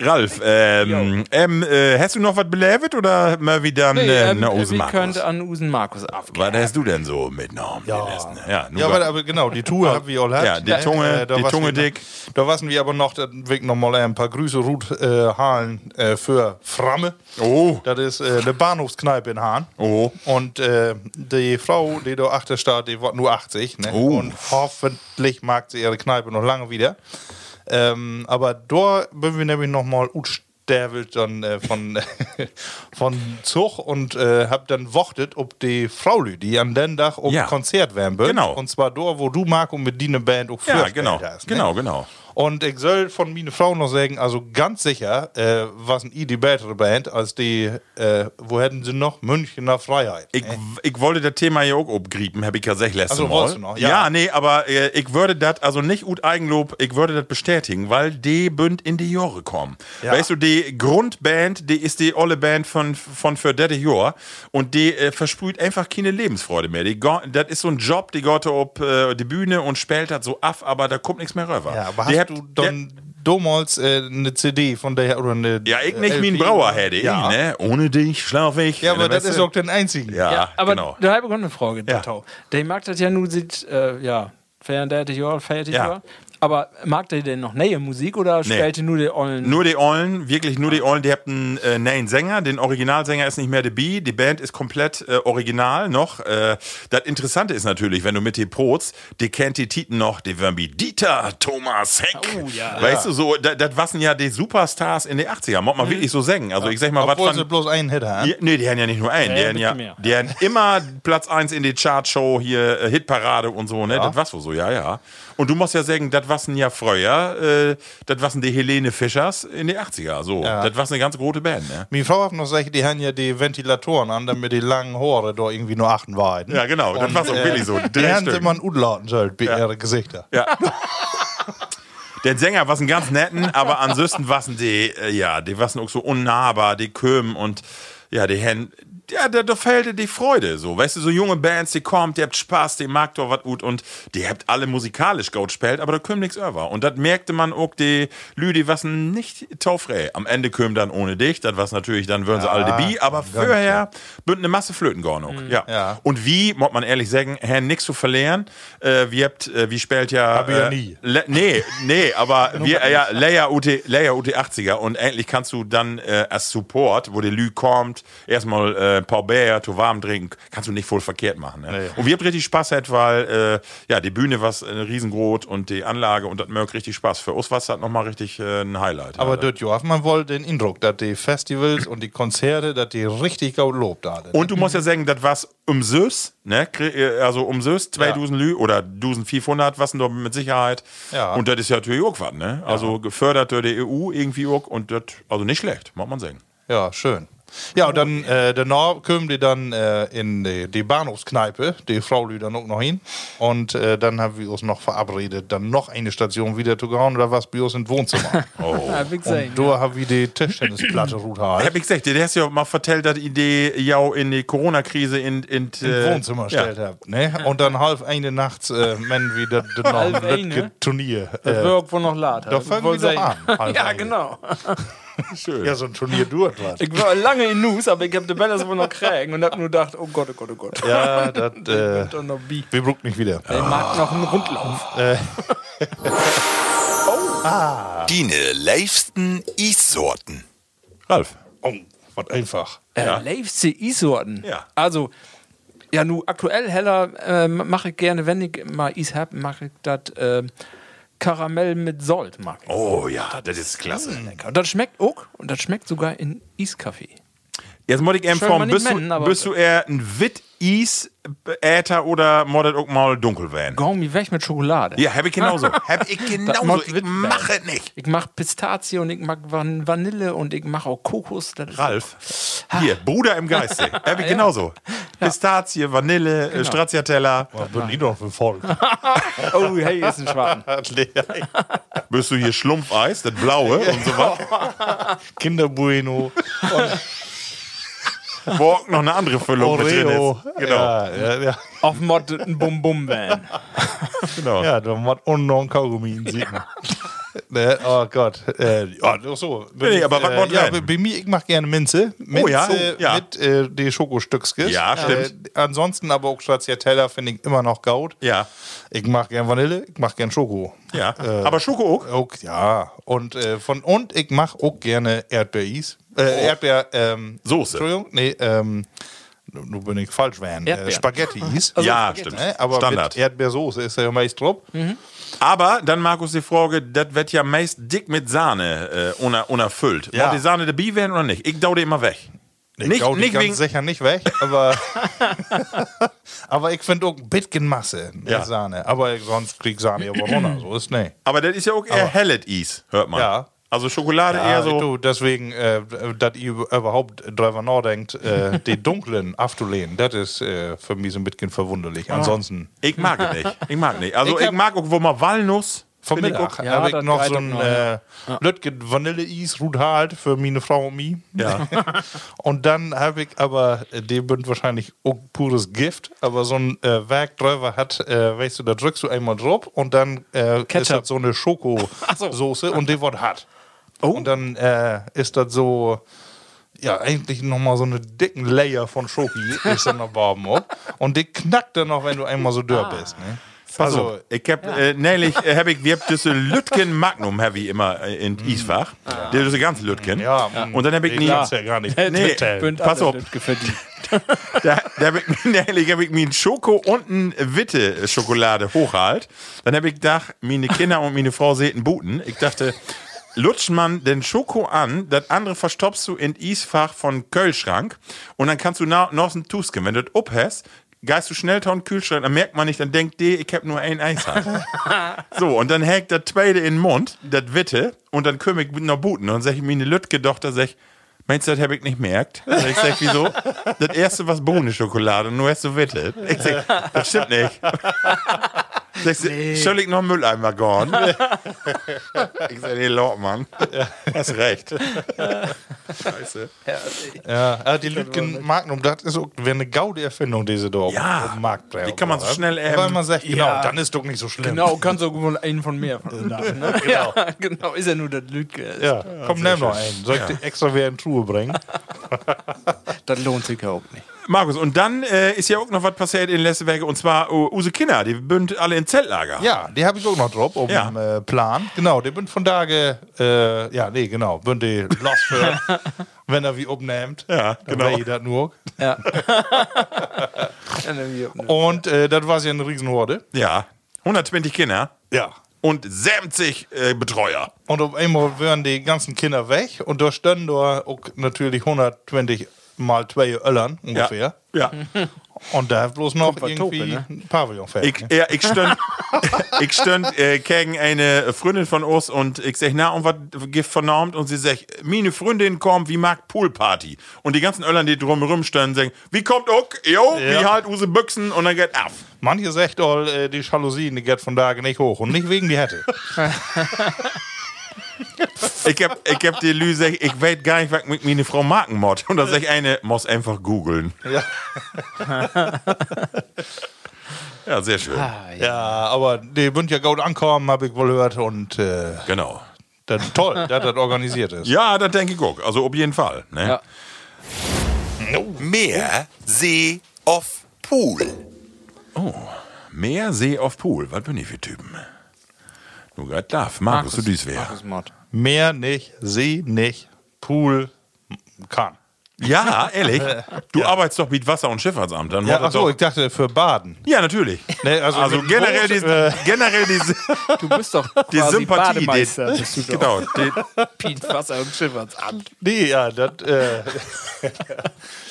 S2: Ralf, ähm, ähm, äh, hast du noch was belebt oder mal wieder
S4: Nee,
S2: ne,
S4: ähm,
S2: ne
S4: wie
S2: Osenmarkus?
S4: könnte an Usen Markus abgehen?
S2: Was hast du denn so mitgenommen? Ja, ja, nun
S3: Ja,
S2: gut.
S3: aber, aber genau, die Tour haben wir alle.
S2: Ja, die Tunge,
S3: äh,
S2: die Tunge dick.
S3: Da waren wir aber noch, da weg noch mal ein paar Grüße Ruth äh, Hahlen äh, für Framme.
S2: Oh.
S3: Das ist äh, eine Bahnhofskneipe in Hahn.
S2: Oh.
S3: Und äh, die Frau, die da achter steht, die wird nur 80. Ne?
S2: Oh.
S3: Und hoffentlich mag sie ihre Kneipe noch lange wieder. Ähm, aber da bin wir nämlich noch mal utsterwelt dann äh, von, von Zug und äh, hab dann wortet, ob die Frau, Lü, die an den Tag um
S2: Ja.
S3: Konzert werden wird.
S2: Genau.
S3: Und zwar da, wo du, Marco, mit deiner Band auch
S2: ja,
S3: Fürth
S2: genau,
S3: Band hast, ne?
S2: genau, genau.
S3: Und ich soll von meine Frau noch sagen, also ganz sicher, äh, was ein I die bessere Band als die, äh, wo hätten sie noch? Münchner Freiheit.
S2: Ich, ich wollte das Thema hier auch abgriepen, habe ich ja gesagt letztes
S3: Äh. Ach so,
S2: Mal.
S3: wolltest du noch,
S2: ja.
S3: ja.
S2: nee, aber äh, ich würde das, also nicht gut Eigenlob, ich würde das bestätigen, weil die bünd in die Jahre kommen.
S3: Ja.
S2: Weißt du, die Grundband, die ist die olle Band von, von für dette Jahr und die äh, versprüht einfach keine Lebensfreude mehr. Die go- Das ist so ein Job, die geht auf äh, die Bühne und spellt das so ab, aber da kommt nichts mehr rüber.
S3: Ja, aber
S2: die
S3: hast
S2: habt-
S3: du dann damals äh, eine CD von der oder eine.
S2: ja, ich nicht
S3: äh,
S2: wie ein
S3: LP?
S2: Brauer hätte ich,
S3: Ja.
S2: ne? Ohne dich schlaf ich. Äh,
S3: Ja, aber
S2: Weißt
S3: das
S2: du?
S3: ist auch den einzigen.
S2: Ja,
S4: Ja, aber
S2: genau.
S4: eine halbe Grundfrage, Tattau. Der mag das ja nun sieht, äh, ja, fertig, ja, fertig,
S2: Ja.
S4: ja. Aber mag der denn noch neue Musik oder spielt er nur die Ollen?
S2: Nur die Ollen, wirklich nur die
S4: Ah.
S2: Ollen, die habt einen äh, neuen Sänger, den Originalsänger ist nicht mehr The Bee, die Band ist komplett äh, original noch. Äh, das Interessante ist natürlich, wenn du mit die Proz, die kennt die Titen noch, die Wörmbi Dieter, Thomas Heck.
S4: Oh, ja. Mhm.
S2: Weißt du, so, das waren ja die Superstars in den 80ern, muss man wirklich so sagen. Also ich sag mal, was
S3: Obwohl
S2: von...
S3: sie bloß einen Hit haben.
S2: Ja, nee, die haben ja nicht nur einen.
S4: Ja,
S2: die,
S4: ja,
S2: haben
S4: ein
S2: ja,
S4: bisschen
S2: die haben immer Platz 1 in die Chartshow, hier äh, Hitparade und so, ne? Das war's wohl so, ja, ja. Und du musst ja sagen, das waren ja früher, äh, das waren die Helene Fischers in die 80er, so. Das war eine ganz große Band, ne?
S3: Meine Frau hat noch gesagt, die haben ja die Ventilatoren an, damit die langen Haare da irgendwie nur achten waren.
S2: Ja, genau, das war's auch wirklich so.
S3: Die
S2: Drei
S3: haben sie
S2: Stück.
S3: immer einen Udlauten sollen, bei ihre Gesichter.
S2: Ja. Der Sänger war ein ganz netten, aber ansonsten waren die, äh, ja, die waren auch so unnahbar, die Kömen und ja, die Herren. Ja, da, da fehlte die Freude so. Weißt du, so junge Bands, die kommt, die habt Spaß, die mag doch was gut und die habt alle musikalisch gut gespielt, aber da kömmt nichts über. Und das merkte man auch, die Lüdi wassen nicht taufrei. Am Ende kömmt dann ohne dich, das was natürlich, dann würden sie alle die Bi, aber vorher bünd eine Masse Flötengornung. Ja.
S3: Mhm, Ja.
S2: Und wie, muss man ehrlich sagen, Herrn nichts zu verlieren. Äh, wir habt, äh, wie spielt ja.
S3: Hab ich ja
S2: äh,
S3: nie.
S2: Le nee, nee, aber wir, äh, ja, Layer UT, Layer UT 80er und endlich kannst du dann äh, als Support, wo der Lü kommt, erstmal äh, ein paar Bär, zu warm trinken, kannst du nicht voll verkehrt machen. Ne? Und wir haben richtig Spaß gehabt, weil äh, ja, die Bühne war äh, riesengroß und die Anlage und das merkt richtig Spaß. Für uns war es halt nochmal richtig äh, ein Highlight.
S3: Aber
S2: ja,
S3: dort Jahr hat man wohl den Eindruck, dass die Festivals und die Konzerte, dass die richtig gut lobt haben.
S2: Und du
S3: Mhm.
S2: musst ja sagen, das war's um Süß, ne? Kri- äh, Also um Süß, zwei
S3: Ja.
S2: Dusen Lü oder Dusen 500, was denn da mit Sicherheit.
S3: Ja.
S2: Und das ist ja natürlich auch was, ne? Also gefördert durch die EU irgendwie auch und das, also nicht schlecht, muss man sagen.
S3: Ja, schön. Ja, und dann äh, danach kommen die dann äh, in die, die Bahnhofskneipe, die Frau lü dann auch noch hin. Und äh, dann haben wir uns noch verabredet, dann noch eine Station wieder zu gehen oder was bei uns im Wohnzimmer.
S4: Ja, wie gesagt,
S3: und da haben wir die Tischtennisplatte Ruth
S2: Ich
S3: Hahn.
S2: Oh. hab ich gesagt, der hast ja mal vertellt, dass die Idee ja in die Corona-Krise in, in,
S3: Im
S2: äh,
S3: Wohnzimmer stellt habt, ne? Und dann halb eine nachts, äh, wenn wir das
S4: Halb
S3: noch
S4: eine?
S3: Turnier.
S4: das
S3: Äh,
S4: wirkt wohl noch lad.
S3: da fangen wir doch an, halb
S4: ja,
S3: eine.
S4: genau.
S2: Schön.
S3: ja, so ein Turnier durch was.
S4: Ich war lange in News, aber ich hab die Bälle wohl noch kriegen und hab nur gedacht, oh Gott, oh Gott, oh Gott.
S3: Ja, das, äh,
S4: Und noch Bi.
S3: wir brucken nicht wieder.
S4: Der mag noch einen Rundlauf.
S6: Dine leifsten Issorten.
S2: Ralf.
S3: Oh, was einfach.
S4: Äh, Leifste Isorten.
S2: Ja.
S4: Also, ja, nu aktuell heller äh, mache ich gerne, wenn ich mal Is hab, mache ich das äh, Karamell mit Sold. Mag ich.
S2: Oh ja, das ist klasse.
S3: Hm.
S4: Und das schmeckt auch und das schmeckt sogar in Eiskaffee.
S2: Jetzt muss ich eben
S4: Schön,
S2: fragen,
S4: man nicht
S2: bist,
S4: meinen,
S2: du,
S4: aber-
S2: bist du eher ein Wit-Eis-Äther oder muss das auch mal dunkel werden?
S4: Gaumi weg mit Schokolade.
S2: Ja, hab ich genauso. hab ich genauso.
S4: muss
S2: Ich
S4: Wit
S2: mach es nicht.
S4: Ich mag Pistazie und ich mag Van Vanille und ich mache auch Kokos. Das ist-
S2: Ralf. Hier, Bruder im Geiste. Hab ich genauso. Pistazie, Vanille, genau. Stracciatella.
S3: Was bin ich doch für voll?
S4: Oh, hey, ist ein Schwaben.
S2: Bist du hier Schlumpfeis, das blaue und so was?
S3: Kinderbueno,
S2: Borg noch eine andere Füllung mit drin
S3: Oreo.
S2: ist. Genau.
S3: Ja, ja, ja.
S4: Auf Mod ein Bum-Bum-Van.
S2: genau.
S3: ja da hat man unnorm Kaugummi in sieht man. Ne? Oh Gott. Äh, ja, doch so.
S2: Nee, aber was wollt
S3: äh, ja,
S2: rein?
S3: bei, bei mir, ich mache gerne Minze. Minze
S2: Oh ja, oh, ja.
S3: mit äh, den Schokostückskis.
S2: Ja, stimmt.
S3: Äh, ansonsten aber auch Stracciatella finde ich immer noch gaut.
S2: Ja.
S3: Ich mache gern Vanille, ich mache gern Schoko.
S2: Ja.
S3: Äh.
S2: Aber Schoko auch?
S3: Auch, ja. Und, äh, von, und ich mache auch gerne Erdbeeris. Äh, Erdbeer. Ähm,
S2: Oh. Soße.
S3: Entschuldigung, nee, ähm, nun bin ich falsch, Van. Äh,
S4: Erdbeeren.
S3: Spaghettis.
S2: ja,
S4: Spaghetti.
S2: stimmt.
S3: Ne? Aber
S2: Standard.
S3: mit Erdbeersoße ist ja meist drauf.
S2: Aber dann, Markus, die Frage, das wird ja meist dick mit Sahne äh, uner, unerfüllt.
S3: Ja.
S2: Ja. die Sahne dabei werden oder nicht? Ich dau die immer weg.
S3: Ich
S2: nicht
S3: gau die
S2: nicht
S3: ganz
S2: wegen.
S3: sicher nicht weg, aber, aber ich finde auch ein bisschen Masse ne,
S2: Ja.
S3: Sahne. Aber sonst krieg Sahne aber runter, so ist ne.
S2: Aber das ist ja auch eher hellet Eis, hört man.
S3: Ja.
S2: Also Schokolade eher so.
S3: Ah, du, deswegen, äh, dass ihr überhaupt drüber nachdenkt, äh, die dunklen abzulehnen, das ist äh, für mich so ein bisschen verwunderlich. Ansonsten
S2: Ich mag es nicht. Ich mag nicht. Also
S3: Ich
S2: ich,
S3: hab-
S2: mag auch, wo man Walnuss.
S3: vom
S2: find ich
S3: Mittag
S4: Ja,
S3: habe ich
S4: das
S3: noch
S4: geht
S3: so
S4: auch
S3: ein
S4: noch,
S3: äh,
S4: ja.
S3: Lütgen Vanille-Eis, Ruth Hart für meine Frau und mich.
S2: Ja.
S3: Und dann habe ich aber, äh, dem bin wahrscheinlich auch pures Gift, aber so ein äh, Werk drüber hat, äh, weißt du, da drückst du einmal drauf und dann äh, ist
S4: Ketchup.
S3: das so eine
S4: Ach so. Oh.
S3: Schokosoße und die wird hart. Und dann äh, ist das so, ja, eigentlich nochmal so eine dicken Layer von Schoki ist dann noch Barben ab. Und die knackt dann noch, wenn du einmal so dürr
S4: Ah.
S3: bist. Ne?
S2: Pass auf. Ich hab, äh, neulich äh, hab ich, wir haben diese Lütgen Magnum Heavy immer äh, in Eisfach. Der ist ganz Lütgen.
S3: ja,
S2: Und dann hab ich nie.
S3: das ja gar
S4: Äh,
S3: nicht.
S2: Nee,
S4: Bünd
S2: pass
S4: alle,
S2: auf.
S4: das gefällt dir.
S2: Da, da habe ich, mir- ehrlich, hab ich mir einen Schoko und eine Witte-Schokolade hochhalt. Dann habe ich gedacht, meine Kinder und meine Frau sehten Buten. Ich dachte, lutscht man den Schoko an, das andere verstopfst du in Eisfach von Kölschrank und dann kannst du na, noch ein Tusken. Wenn du das ophäst, geist du schnell in den Kühlschrank, dann merkt man nicht, dann denkt die, ich habe nur ein Eis halt. So, und dann hält das Tweede in den Mund, das Witte, und dann kümmere ich mit noch Buten. Und sag ich mir eine Lütgedochter, sag ich, meinst du, das habe ich nicht merkt? Und ich sag, wieso? Das erste was Bohnenschokolade und nur erst so Witte. Ich sag, das stimmt nicht. Sagst du, soll ich noch einen Mülleimer gorn? Ich sag, nee, Lord, Mann. Hast recht. Scheiße.
S3: Ja, aber die Lütgen Magnum, das ist auch wäre eine gaude Erfindung, diese da oben
S2: Ja.
S3: auf dem Markt bringen.
S2: Die kann man so schnell, ähm,
S3: Weil man sagt, genau,
S4: ja.
S3: dann ist doch nicht so schlimm.
S4: Genau, kannst du auch wohl einen von mehr. Von, ne? genau. Ja, genau, ist ja nur das äh, Lütke.
S3: Ja, komm, nimm noch einen. Soll ich die extra wieder in Truhe bringen?
S4: Das lohnt sich ja auch nicht.
S2: Markus, und dann äh, ist ja auch noch was passiert in letzter Woche, und zwar uh, Use Kinder, die bünd alle in Zeltlager.
S3: Ja, die habe ich auch noch drauf auf
S2: Ja.
S3: dem äh, Plan. Genau, die bin von da ge, äh, ja, nee, genau, bin die los für, wenn er wie obnehmt.
S2: Ja, genau.
S3: Dann das nur.
S4: Ja. Ja, ne, wie- ne.
S3: Und äh, das war ja eine Riesenhorde.
S2: Ja. 120 Kinder
S3: Ja.
S2: und 70 äh, Betreuer.
S3: Und auf einmal wären die ganzen Kinder weg und da standen da auch natürlich 120 mal zwei Öllern ungefähr.
S2: Ja.
S3: Und da hat bloß noch
S4: Kupfer
S3: irgendwie
S4: Tope, ne?
S3: ein Pavillon fertig.
S2: Ich, ja, ich stünd, ich stünd äh, gegen eine Freundin von uns und ich sag, na, und was Gift vernormt? Und sie sagt, meine Freundin kommt, wie mag Poolparty? Und die ganzen Öllern, die drumherum stehen, sagen, wie kommt ook? Jo, wie
S3: Ja.
S2: halt use Büchsen? Und dann geht ab.
S3: Manche sagt all, äh, die Jalousien, die geht von da nicht hoch. Und nicht wegen die Hätte.
S2: Ich hab, ich hab die Lü gesagt, ich weiß gar nicht, was mit meine Frau Marken mod. Und da sag ich eine, muss einfach googeln. Ja. ja, sehr schön.
S3: ja, aber die würden ja gut ankommen, habe ich wohl gehört. Und äh,
S2: Genau.
S3: das, toll, dass das organisiert ist.
S2: Ja, das denke ich auch. Also, auf jeden Fall. Ne?
S4: Ja.
S6: Meer, See, Off, Pool.
S2: Oh, Meer, See auf Pool. Was bin ich für Typen? Du grad darf. Markus, du dies wär.
S4: Smart.
S3: Meer nicht, See nicht, Pool kann.
S2: Ja, ehrlich. Du arbeitest doch mit Wasser- und Schifffahrtsamt. Dann
S3: Ja,
S2: macht das
S3: achso,
S2: doch-
S3: ich dachte für Baden.
S2: ja natürlich.
S3: Nee, also
S2: also
S3: mit
S2: generell,
S3: Boot,
S2: die,
S3: äh,
S2: generell die,
S4: Du bist doch
S2: die
S4: quasi
S2: Sympathie. Die,
S4: Bademeister. bist du doch.
S2: genau. Die,
S4: Piet Wasser und Schifffahrtsamt.
S3: Nee, ja, das. Äh,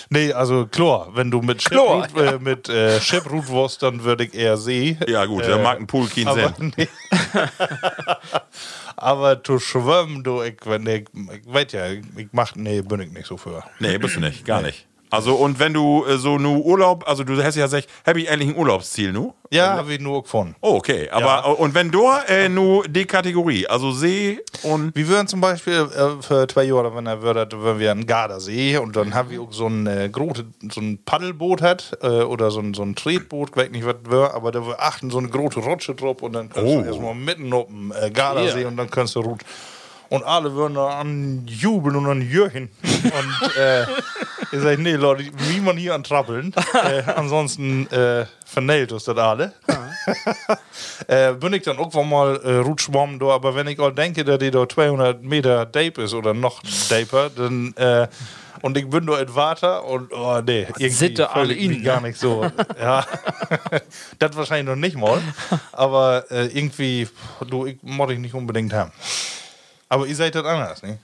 S3: nee, also Chlor. Wenn du mit
S4: Chlor,
S3: Schiffrut, äh, mit, äh, Schiffrut wirst, dann würde ich eher See.
S2: ja, gut, da mag ein Pool keinen
S3: aber,
S2: Sinn.
S3: nee. aber du schwimmen, du, ich, wenn ich, ich weiß ja, ich mach, nee, bin ich nicht so für.
S2: Nee, bist du nicht. Gar nicht. Also, und wenn du äh, so nur Urlaub, also du hast ja gesagt, habe ich eigentlich ein Urlaubsziel nu?
S3: Ja, habe ich nur gefunden.
S2: Oh, okay. Aber, und wenn du äh, nur die Kategorie, also See und.
S3: Wir würden zum Beispiel äh, für zwei Jahre, wenn er würde, wenn wir einen Gardasee und dann haben wir auch so ein äh, große, so ein Paddelboot hat äh, oder so ein, so ein Tretboot, ich weiß nicht was wir, aber da wir achten so eine große Rutsche drauf und dann kannst
S2: Oh.
S3: du erstmal mitten auf dem äh, Gardasee und dann kannst du rut. Und alle würden da anjubeln und anjürchen. und äh, ich sage, nee Leute, wie man hier antrappeln. äh, ansonsten äh, vernäht ist das alle. Äh, bin ich dann irgendwann mal äh, rutschwommen, do, aber wenn ich auch denke, dass die da 200 Meter Dape ist oder noch Daper, dann äh, und ich bin da in Water und oh nee, irgendwie
S4: sind da alle
S3: völlig
S4: in,
S3: gar nicht so. ja, das wahrscheinlich noch nicht mal, aber äh, irgendwie, pff, du, ich muss ich nicht unbedingt haben. Aber ihr seid das anders, ne?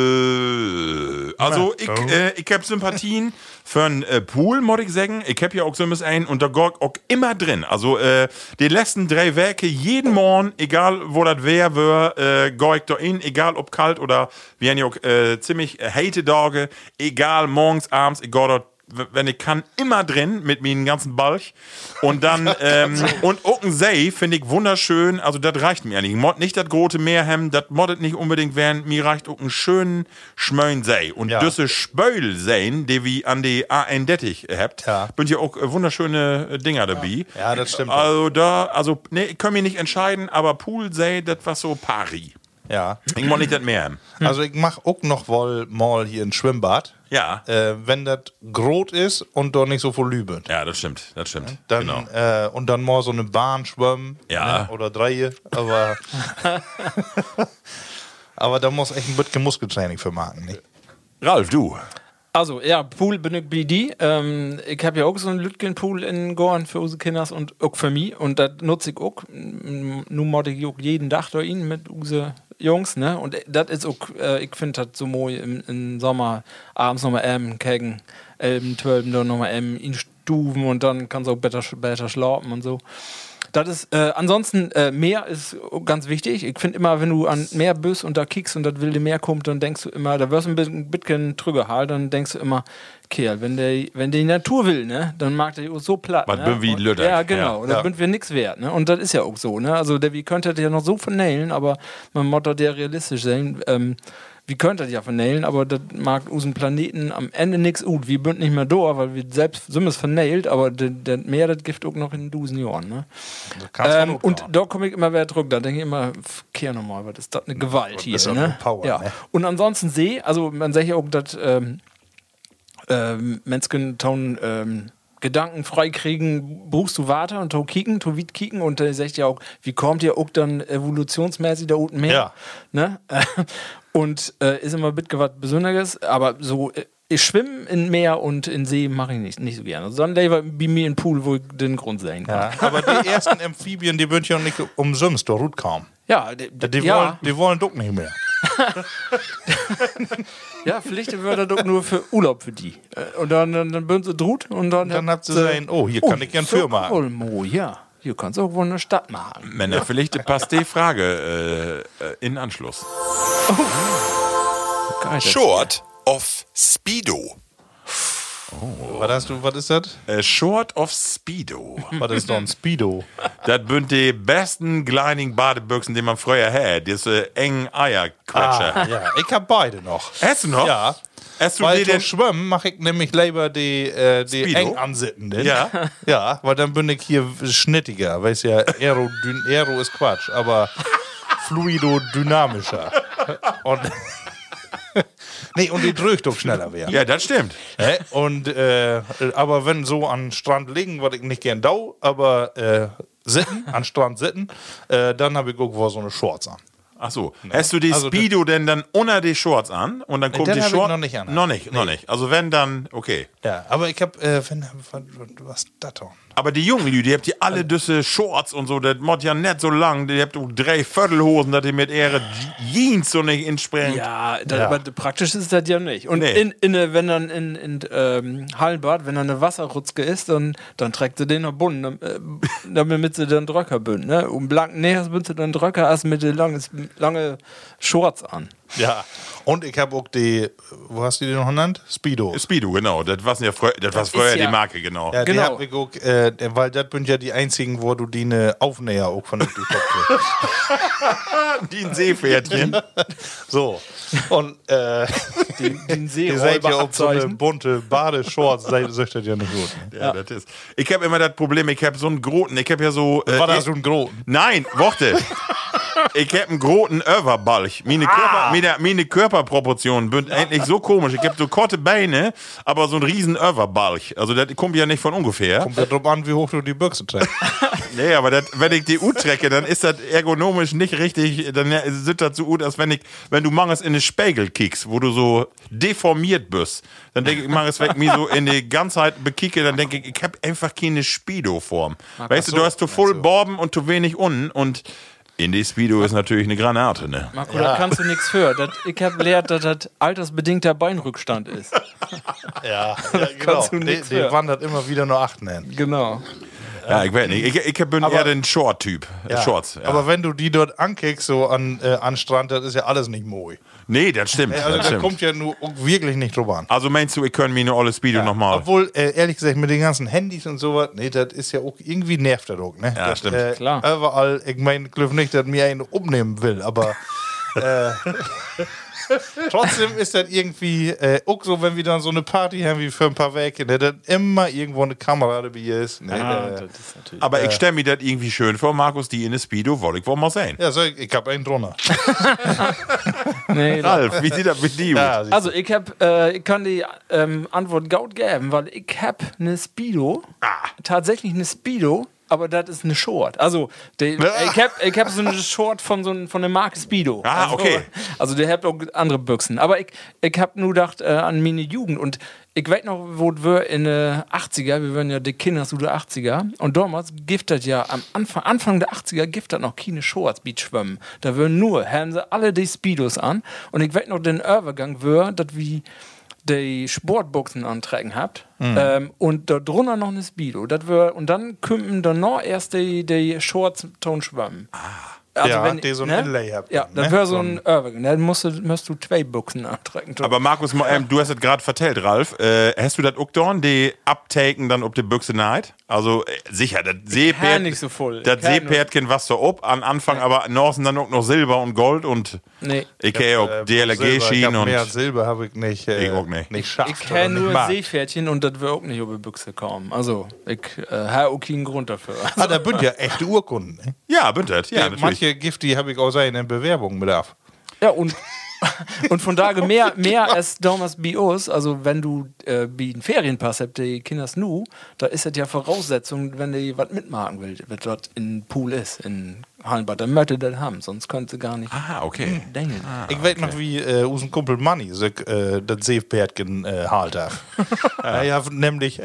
S2: Äh, also ich, äh, ich habe Sympathien für einen äh, Pool, muss ich sagen. Ich habe ja auch so ein und da gorg auch immer drin. Also äh, die letzten drei Werke jeden Morgen, egal wo das wer wär, äh, gorg da in, egal ob kalt oder wir haben ja auch äh, ziemlich äh, hate Dage, egal morgens, abends, ich gorg dort w- wenn ich kann, immer drin mit meinem ganzen Balch. Und dann, ähm, und Ocken See finde ich wunderschön. Also, das reicht mir eigentlich. Mod nicht das große Meer haben, das moddet nicht unbedingt werden. Mir reicht auch einen schönen, schmönen See. Und
S3: Ja.
S2: düsse Spöl sehen, die wie an die AN Dettich habt,
S3: Ja.
S2: sind ja auch äh, wunderschöne äh, Dinger dabei.
S3: Ja, das stimmt.
S2: Also, da, also, nee, ich kann mich nicht entscheiden, aber Pool See, das war so pari.
S3: Ja.
S2: Ich mod nicht das Meer haben.
S3: Also ich mache auch noch wohl mal hier ein Schwimmbad.
S2: Ja.
S3: Äh, wenn das grot ist und doch nicht so viel Lübe.
S2: Ja, das stimmt, das stimmt.
S3: Dann, äh, und dann mal so eine Bahn schwimmen.
S2: Genau. Ja.
S3: Ne? Oder drei. Aber, aber da muss echt ein bisschen Muskeltraining für machen. Ne?
S2: Ralf, du.
S4: Also, ja, Pool bin ich BD. Ähm, ich habe ja auch so einen Lütgen-Pool in Gorn für unsere Kinders und auch für mich. Und das nutze ich auch. M- Nun modde ich auch jeden Tag da ihn mit unsere Jungs, ne? Und das ist auch, äh, ich finde das so mooi im, im Sommer, abends nochmal M, Keggen, Elben, Twölben, dann nochmal M, in Stufen und dann kannst du auch besser, sch- besser schlafen und so. Das ist, äh, ansonsten, äh, Meer ist ganz wichtig. Ich finde immer, wenn du an Meer bist und da kickst und das wilde Meer kommt, dann denkst du immer, da wirst du ein bisschen, ein bisschen trügehal, dann denkst du immer, Kerl, wenn der, wenn die Natur will, ne, dann mag der auch so platt.
S2: Was
S4: ne?
S2: bin wie
S4: Und-
S2: Lütter.
S4: Ja, genau.
S2: Ja.
S4: Da
S3: Ja.
S4: bin wir nix wert, ne? Und das ist ja auch so, ne? Also, der, wie könnte das ja noch so vernailen, aber man muss das ja realistisch sein. Ähm, wie könnte das ja vernailen, aber das mag unseren Planeten am Ende nix gut. Wir bünd nicht mehr da, weil wir selbst sind es vernailt, aber das das Meer, das gibt auch noch in Dusen Jahren, ne?
S3: Kannst
S4: Ähm,
S3: man auch
S4: und
S3: machen.
S4: da komme ich immer wieder zurück. Da denke ich immer, pf, kehr nochmal, was ist das eine Gewalt hier?
S3: ist doch
S4: ne?
S3: eine Power,
S4: ja.
S3: ne?
S4: Und ansonsten See, also man sagt ja auch, dass ähm, ähm, Menschen taun ähm, Gedanken freikriegen, buchst du weiter und tau kicken, tau wit kicken und dann sagt ja auch, wie kommt ihr auch dann evolutionsmäßig da unten her?
S3: Ja.
S4: Ne? Und äh, ist immer ein bisschen was Besonderes, aber so, äh, ich schwimme in Meer und in See mache ich nicht, nicht so gerne. Sondern lieber bei mir in Pool, wo ich den Grund sehen kann.
S3: ja. Aber die ersten Amphibien, die würden ja nicht umsonst, da ruht kaum.
S4: Ja, d- d-
S3: Die,
S4: ja,
S3: wollen, die wollen doch nicht mehr.
S4: ja, vielleicht wäre das doch nur für Urlaub für die. Äh, Und dann, dann, dann würden sie drut und dann.
S3: Dann habt ihr sehen, oh, hier kann ich gern
S4: so
S3: für machen.
S4: cool, Mo, ja. Hier kannst du auch wohl eine Stadt machen.
S2: Männer, vielleicht passt die Frage äh, äh, in Anschluss.
S4: Geil.
S6: Short of Speedo.
S3: Was, hast du, was ist das?
S2: Äh, Short of Speedo.
S3: Was ist doch ein Speedo?
S2: das bünd die besten kleinen Badebüchsen, die man früher hat. Diese engen Eierquetscher.
S3: Ah, ja. Ich hab beide noch.
S2: Hast du noch?
S3: Ja.
S2: Hast du
S3: Weil
S2: dir
S3: zum
S2: den
S3: Schwimmen mache ich nämlich lieber die, äh, die
S2: Speedo?
S3: eng ansittenden.
S2: Ja.
S3: Ja, weil dann bin ich hier schnittiger. Weiß ja, Aerodyn Aero ist Quatsch, aber fluidodynamischer. Und nee, und die drückt doch schneller werden.
S2: Ja, das stimmt.
S3: Hä? Und, äh, aber wenn so an Strand liegen, was ich nicht gern dau, aber äh, sitten, an Strand sitten, äh, dann habe ich irgendwo so eine Shorts an.
S2: Ach so. Hast du die
S3: Also, Äh,
S2: Speedo denn dann unter die Shorts an? Und dann kommt
S3: den
S2: die
S3: hab ich
S2: Shorts.
S3: noch nicht an.
S2: Noch nicht, noch nicht. Also wenn dann, okay.
S3: Ja, aber ich habe, äh, wenn- was ist das doch?
S2: Aber die jungen Lü, die habt ihr
S3: Äh.
S2: alle düsse Shorts und so, das mod ja nicht so lang. Die habt auch drei Viertelhosen, dass ihr mit ihre Jeans so nicht entspringt.
S4: Ja, das, aber praktisch ist das ja nicht. Und
S2: Nee.
S4: in, in, äh, wenn dann in, in ähm, Hallenbad, wenn dann eine Wasserrutzke ist, dann, dann trägt sie den nach Bund, äh, damit sie dann Dröcker bünden. Ne? Um blanken Nähers bünden sie dann Dröcker, als mit den langen lange Shorts an.
S3: Ja. Und ich habe auch die, wo hast du die noch genannt? Speedo.
S2: Speedo, genau. Das war ja früher, das war früher
S4: ja-
S2: die Marke, genau.
S3: Ja,
S4: Genau.
S3: Die hab ich auch, äh, weil das sind ja die einzigen, wo du die ne Aufnäher auch von der kriegst.
S2: Die ein Seepferdchen.
S3: So. Und äh,
S4: Den, den
S3: ihr seid ja
S4: Seeräuber
S3: auch so eine
S4: abzeichnen.
S3: bunte Badeshorts, seid seid das ja nicht gut. Ne?
S2: Ja, das ist. Ich habe immer das Problem, ich habe so einen Groten, ich habe ja so. Äh,
S3: War das
S2: ich-
S3: so ein Groten?
S2: Nein, warte. Ich hab einen großen Överbalch. Meine, Körper, meine, meine Körperproportionen sind eigentlich so komisch. Ich hab so korte Beine, aber so einen riesen Överbalch. Also das kommt ja nicht von ungefähr.
S3: Kommt ja drauf an, wie hoch du die Büchse trägst.
S2: Nee, aber das, wenn ich die U trecke, dann ist das ergonomisch nicht richtig. Dann sind das so gut, als wenn ich, wenn du manches in den Spiegel kickst, wo du so deformiert bist. Dann denke ich, manches weg mir so in die Ganzheit bekicke, dann denke ich, ich hab einfach keine Speedo-Form. Weißt du, du hast zu voll Borben und zu wenig unten und in die Speedo ist natürlich eine Granate, ne?
S4: Marco, da kannst du nichts für. Das, ich habe gelernt, dass das altersbedingter Beinrückstand ist.
S3: ja, ja, genau.
S4: du
S3: Die,
S4: nix
S3: die
S4: für.
S3: wandert immer wieder nur acht nennen.
S4: Genau.
S2: Ja, ich weiß nicht. Ich, ich bin eher den Short-Typ. Shorts. Ja.
S3: Aber wenn du die dort ankickst, so an, äh, an Strand, das ist ja alles nicht moi.
S2: nee, das stimmt.
S3: Also
S2: das
S3: da
S2: stimmt.
S3: kommt ja nur wirklich nicht drüber an.
S2: Also meinst du, ich können mir eine alle Speedo nochmal.
S3: Obwohl, äh, ehrlich gesagt, mit den ganzen Handys und sowas, nee, das ist ja auch irgendwie nervt der Druck, ne?
S2: Ja,
S3: das,
S2: stimmt.
S3: Äh,
S4: Klar.
S3: Überall, ich meine, Glück nicht, dass mir einen umnehmen will, aber. äh, Trotzdem ist das irgendwie äh, auch so, wenn wir dann so eine Party haben wie für ein paar Wege, ne, dann immer irgendwo eine Kamera dabei ist. Ne, äh,
S2: Aber ich stelle mir das irgendwie schön vor, Markus, die in der Speedo wollte ich wohl mal sehen.
S3: ja, so, ich, ich hab einen drunter.
S4: Nee,
S2: Ralf, wie sieht das mit dir aus?
S3: sie-
S4: Also ich hab, äh, ich kann die ähm, Antwort gaut geben, weil ich hab eine Speedo, tatsächlich eine Speedo, aber das ist eine Short. Also die, ich, hab, ich hab so eine Short von so ein, von der Marke Speedo.
S2: Ah,
S4: also,
S2: okay.
S4: Also der hat auch andere Büchsen. Aber ich, ich hab nur gedacht äh, an meine Jugend und ich weiß noch, wo wir in den 80er, wir waren ja die Kinder zu der 80er und damals giftet ja am Anfang, Anfang der 80er giftet noch keine Shorts Beachschwimmen. Da würden nur, haben sie alle die Speedos an und ich weiß noch den Übergang wir, dass wir die Sportboxen anträgen habt
S2: Mhm.
S4: ähm, und da drunter noch eine Speedo. Das wir, und dann kümmen dann noch erst die, die Shorts Ton
S2: Ah,
S4: schwimmen. Also
S3: Ja, die so ein Inlay habt
S4: Ja,
S3: dann,
S4: das
S3: ne?
S4: wäre so ein Übergang. Dann musst du, musst du zwei Buchsen anträgen.
S2: Aber Markus, mal, ähm, du hast das gerade vertellt, Ralf. Äh, hast du das auch getan, die abtaken dann ob die Büchse neid? Also äh, sicher, das Seepferd,
S4: nicht so voll.
S2: das
S4: Ich kann
S2: Seepferdchen was so ob an Anfang, aber Norsen dann auch noch Silber und Gold und
S4: Nee.
S2: ich äh, kann ja auch DLG
S3: äh, Silber, ich hab
S2: schienen und
S3: mehr als Silber habe ich nicht. Äh,
S2: Ich auch nicht.
S3: schafft
S4: ich kenne nur
S3: Seefährt.
S4: Seepferdchen und das wird auch nicht über die Büchse kommen. Also, ich äh, habe auch keinen Grund dafür.
S3: Ah, da bünd ja echte Urkunden. Ne?
S2: ja, bündert, ja,
S3: Äh,
S2: natürlich.
S3: Manche Gift, die habe ich auch in den Bewerbungen bedarf.
S4: Ja, und, und von daher mehr, mehr als damals bei uns, also wenn du äh, wie einen Ferienpass habt, die Kinder nu, da ist das ja Voraussetzung, wenn die was mitmachen will, wenn dort in Pool ist, in Hallenbad, dann möchte das haben, sonst könnt sie gar nicht
S2: ah, okay.
S4: denken.
S3: ich weiß noch, wie äh, unser Kumpel Manni sich äh, das Seepferdchen äh, halt hat. ja. Ich hab nämlich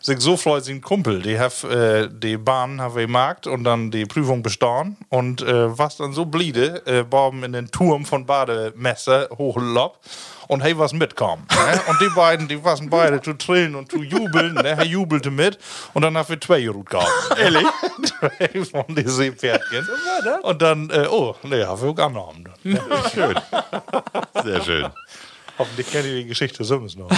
S3: sich so freut sein Kumpel. Die hat äh, die Bahn hab ich gemacht und dann die Prüfung bestanden. Und äh, was dann so bliebe, äh, Boben in den Turm von Bademesser hochlob. Und hey, was mitkommen. Ne? Und die beiden, die waren beide zu trillen und zu jubeln. Ne? Er jubelte mit. Und dann haben wir zwei Jurut gehabt. Ehrlich? zwei von den Seepferdchen. Und dann, äh, oh, ne, haben wir auch angenommen.
S2: Schön. Sehr schön.
S3: Hoffentlich kennt ihr die Geschichte Sims noch.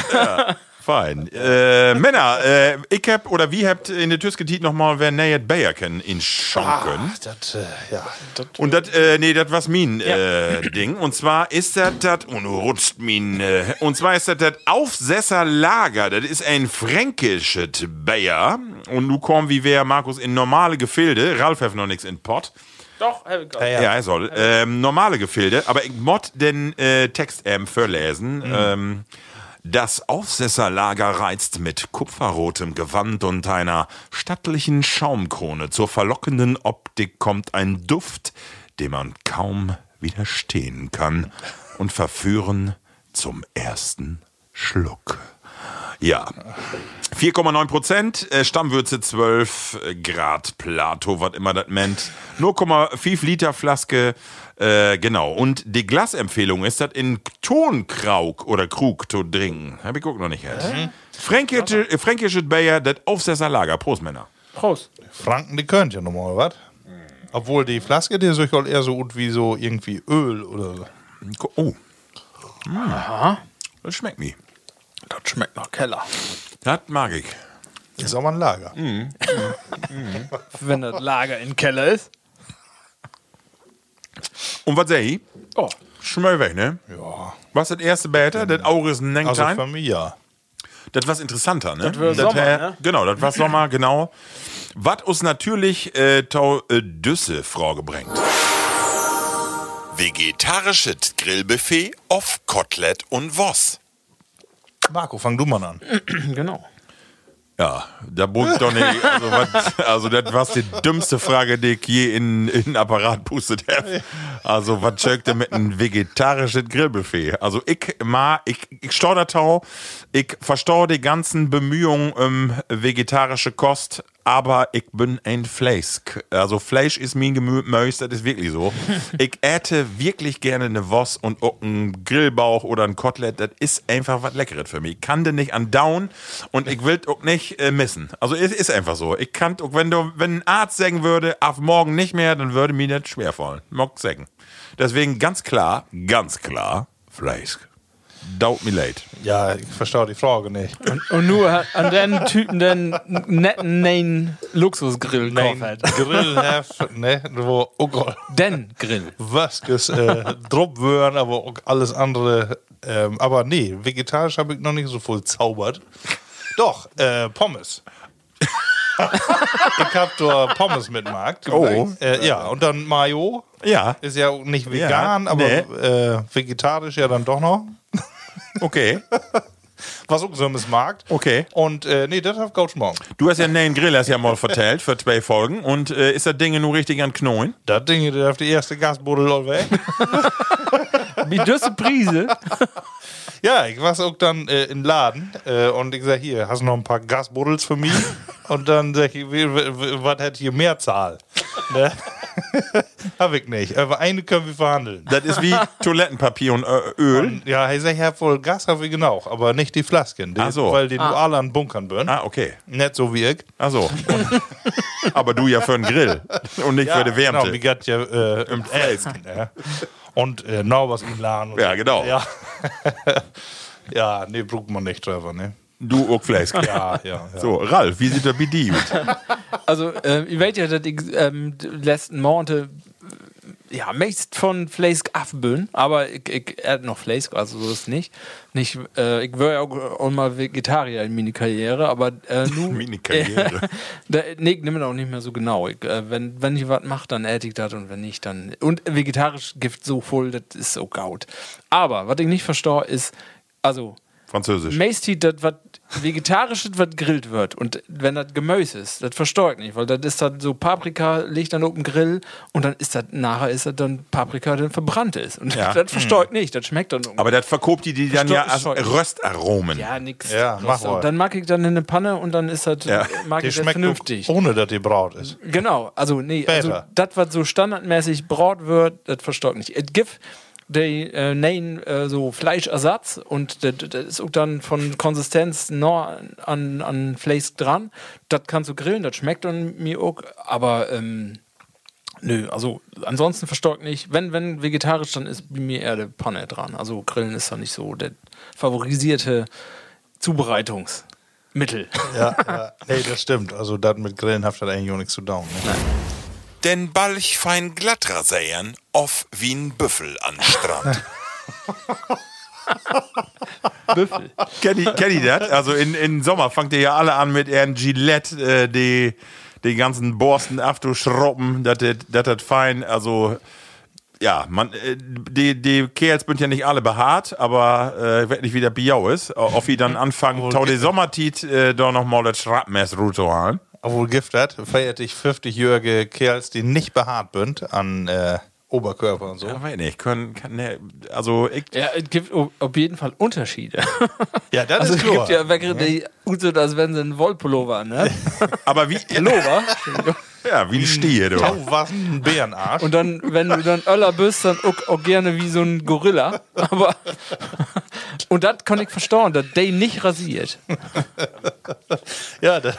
S2: Fein. Äh, Männer, äh, ich hab oder wie habt in der Tüsketit nochmal wer Nayet Bayer kennen in Schonken?
S3: das, äh, ja.
S2: Und das, äh, nee, das was mein äh, Ding. Und zwar ist das das, und rutscht min, äh, und zwar ist das das Aufsesserlager. Das ist ein fränkisches Bayer. Und nu kommen wie wer, Markus, in normale Gefilde. Ralf hat noch nichts in Pott.
S4: Doch, habe ich
S2: Ja, er soll. Ähm, normale Gefilde, aber ich mod den äh, Text ähm, verlesen. Ähm, das Aufsesserlager reizt mit kupferrotem Gewand und einer stattlichen Schaumkrone. Zur verlockenden Optik kommt ein Duft, dem man kaum widerstehen kann und verführen zum ersten Schluck. Ja. 4,9 Prozent, äh, Stammwürze 12 äh, Grad Plato, was immer das meint. 0,5 Liter Flaske, äh, genau. Und die Glasempfehlung ist das in Tonkrauk oder Krug zu trinken. Hab ich auch noch nicht gehört. Fränkische, äh, Fränkische Bayer, das Aufsässerlager. Prost, Männer.
S4: Prost.
S3: Franken, die könnt ja nochmal, was? Obwohl die Flaske, die ist euch eher so gut wie so irgendwie Öl oder so.
S2: Gu- Oh. Das schmeckt mir.
S4: Das schmeckt nach Keller.
S2: Das mag ich.
S3: Ist aber ein Lager.
S4: Wenn das Lager in Keller ist.
S2: Und was sehe ich?
S4: Oh.
S2: Schmöll weg, ne?
S3: Ja.
S2: Was das erste Bäter? Das Auris
S3: Also
S2: Nengtein?
S3: für mich ja.
S2: Das war interessanter, ne? Das
S4: war Sommer, ne?
S2: Genau, das war Sommer, genau. Was uns natürlich äh, Tau äh, Düsse vorgebringt.
S6: Vegetarisches Grillbuffet auf Kotelett und Voss.
S3: Marco, fang du mal an.
S4: Genau.
S2: Ja, da bucht doch nicht. Also, was, also das war die dümmste Frage, die ich je in den Apparat pustet habe. Also, was checkt ihr mit einem vegetarischen Grillbuffet? Also, ich ma, ich, ich stau da tau, ich verstau die ganzen Bemühungen um vegetarische Kost, aber ich bin ein Fleisch. Also, Fleisch ist mein Gemüse, das ist wirklich so. Ich äte wirklich gerne eine Woss und auch einen Grillbauch oder ein Kotelett, das ist einfach was Leckeres für mich. Ich kann den nicht andauern und ich will auch nicht äh, missen. Also es ist einfach so. Ich kann, auch wenn, du, wenn ein Arzt sagen würde, ab morgen nicht mehr, dann würde mir das schwerfallen. Mock sagen. Deswegen ganz klar, ganz klar, Fleisch. Dauert mir leid.
S3: Ja, ich verstehe die Frage nicht.
S4: Und nur hat an den Typen den netten neuen Luxusgrill gekauft
S3: Nein,
S4: hat.
S3: Grillheft, ne? Wo, oh Gott,
S4: Den Grill.
S3: was ist äh, Dropwürn, aber auch alles andere. Ähm, aber nee, vegetarisch habe ich noch nicht so voll zaubert. Doch, äh, Pommes. ich habe da Pommes mit Markt.
S2: Oh.
S3: Äh, ja, und dann Mayo.
S2: Ja,
S3: Ist ja auch nicht vegan,
S2: Ja,
S3: aber
S2: nee.
S3: äh, vegetarisch ja dann doch noch.
S2: okay.
S3: Was auch so ist Markt.
S2: Okay.
S3: Und äh, nee, das hat Couch morgen.
S2: Du hast ja einen Grill, hast ja mal vertellt für zwei Folgen. Und äh, ist das Ding nun richtig an Knoen?
S3: Das Ding, das darf die erste Gasbuddel all weg.
S4: Wie düsse Prise.
S3: Ja, ich war auch dann äh, im Laden äh, und ich sag, hier, hast du noch ein paar Gasbuddels für mich? und dann sag ich, wie- w- w- was hätte hier mehr Zahl? ne? Hab ich nicht. Aber eine können wir verhandeln.
S2: Das ist wie Toilettenpapier und äh, Öl.
S3: Ja, ich sag, ich hab wohl Gas, hab ich genau, aber nicht die Flasken, die,
S2: Ach so.
S3: weil die nur alle an Bunkern bünden.
S2: Ah, okay.
S3: Nicht so wie ich.
S2: Ach so. Aber du ja für den Grill und nicht für die Wärmte.
S3: Genau, die hat ja äh, im Flasken. ne? Und äh, noch was im Laden. und
S2: Ja,
S3: so.
S2: genau.
S3: Ja. ja, nee, braucht man nicht, Trevor, ne?
S2: Du auch Fleisch.
S3: Ja, ja. ja.
S2: So, Ralf, wie sieht der bei dir aus?
S4: Also, äh, ihr wisst ja, dass ich ähm, die letzten Monate äh, ja, meist von Fleisch abbün, aber ich, ich esse noch Fleisch, also so ist nicht. nicht äh, ich war ja auch, auch mal Vegetarier in meiner Karriere, aber äh, nu,
S2: Mini-Karriere.
S4: da, nee, ich nehme das auch nicht mehr so genau. Ich, äh, wenn, wenn ich was mache, dann esse ich das und wenn nicht, dann. Und vegetarisch Gift so voll, das ist so gaut. Aber was ich nicht verstehe, ist, also.
S2: Französisch.
S4: Mace das was vegetarisches, was grillt wird. Und wenn das Gemüse ist, das verstehe ich nicht, weil das ist dann so Paprika, legt dann auf den Grill und dann ist das, nachher ist das dann Paprika, der verbrannt ist. Und
S2: Ja.
S4: das verstehe ich nicht, das schmeckt dann irgendwie.
S2: Aber das verkobt die, die dann ja als
S4: Verstopft-
S2: Röstaromen.
S4: ja, nix.
S3: Ja, mach
S4: So,
S3: wohl.
S4: dann mag ich dann in eine Panne und dann ist das,
S2: Ja.
S4: mag
S3: Die
S4: ich das
S3: schmeckt nur
S4: vernünftig.
S3: ohne, dass die braut ist.
S4: Genau, also nee, also
S3: Später.
S4: das, was so standardmäßig braut wird, das verstehe ich nicht. Es gibt die äh, neuen äh, so Fleischersatz und das das ist auch dann von Konsistenz noch an, an Fleisch dran. Das kannst du grillen, das schmeckt dann mir auch, aber ähm, nö, also ansonsten verstehe ich nicht. Wenn, wenn vegetarisch, dann ist bei mir eher der Panne dran. Also grillen ist dann nicht so der favorisierte Zubereitungsmittel.
S3: Ja, ja. Nee, das stimmt. Also, das mit Grillen hat das eigentlich auch nichts zu tun. Ne?
S6: Denn balch fein glatt rasieren auf wie'n Büffel an Strand.
S4: Büffel.
S2: Kennt ihr kennt ihr das? Also in, in Sommer fangt ihr ja alle an mit ihren Gillette, äh, die, die ganzen Borsten abzuschrubben, dass das dass das fein, also ja, man, äh, die, die Kerls sind ja nicht alle behaart, aber äh, ich weiß nicht, wie der Biau ist. Ob die dann anfangen, tau die Sommertit äh, doch nochmal das Schrappmessritual.
S3: Obwohl Giftet feiert ich 50-jährige Kerls, die nicht behaart sind an äh, Oberkörper und so.
S2: Ja, weiß nicht, können, kann, ne, also ich,
S4: Ja, es gibt o- auf jeden Fall Unterschiede.
S3: Ja, das
S4: also
S3: ist
S4: es
S3: klar.
S4: gibt ja welche, die gut sind, als wenn sie einen Wollpullover, ne?
S2: aber wie,
S4: Pullover. Entschuldigung.
S2: ja, wie ein Stier, du.
S3: Tau was ein Bärenarsch.
S4: Und dann, wenn du dann Öller bist, dann auch, auch gerne wie so ein Gorilla. Aber Und das kann ich verstauen, dass der nicht rasiert.
S3: Ja, das,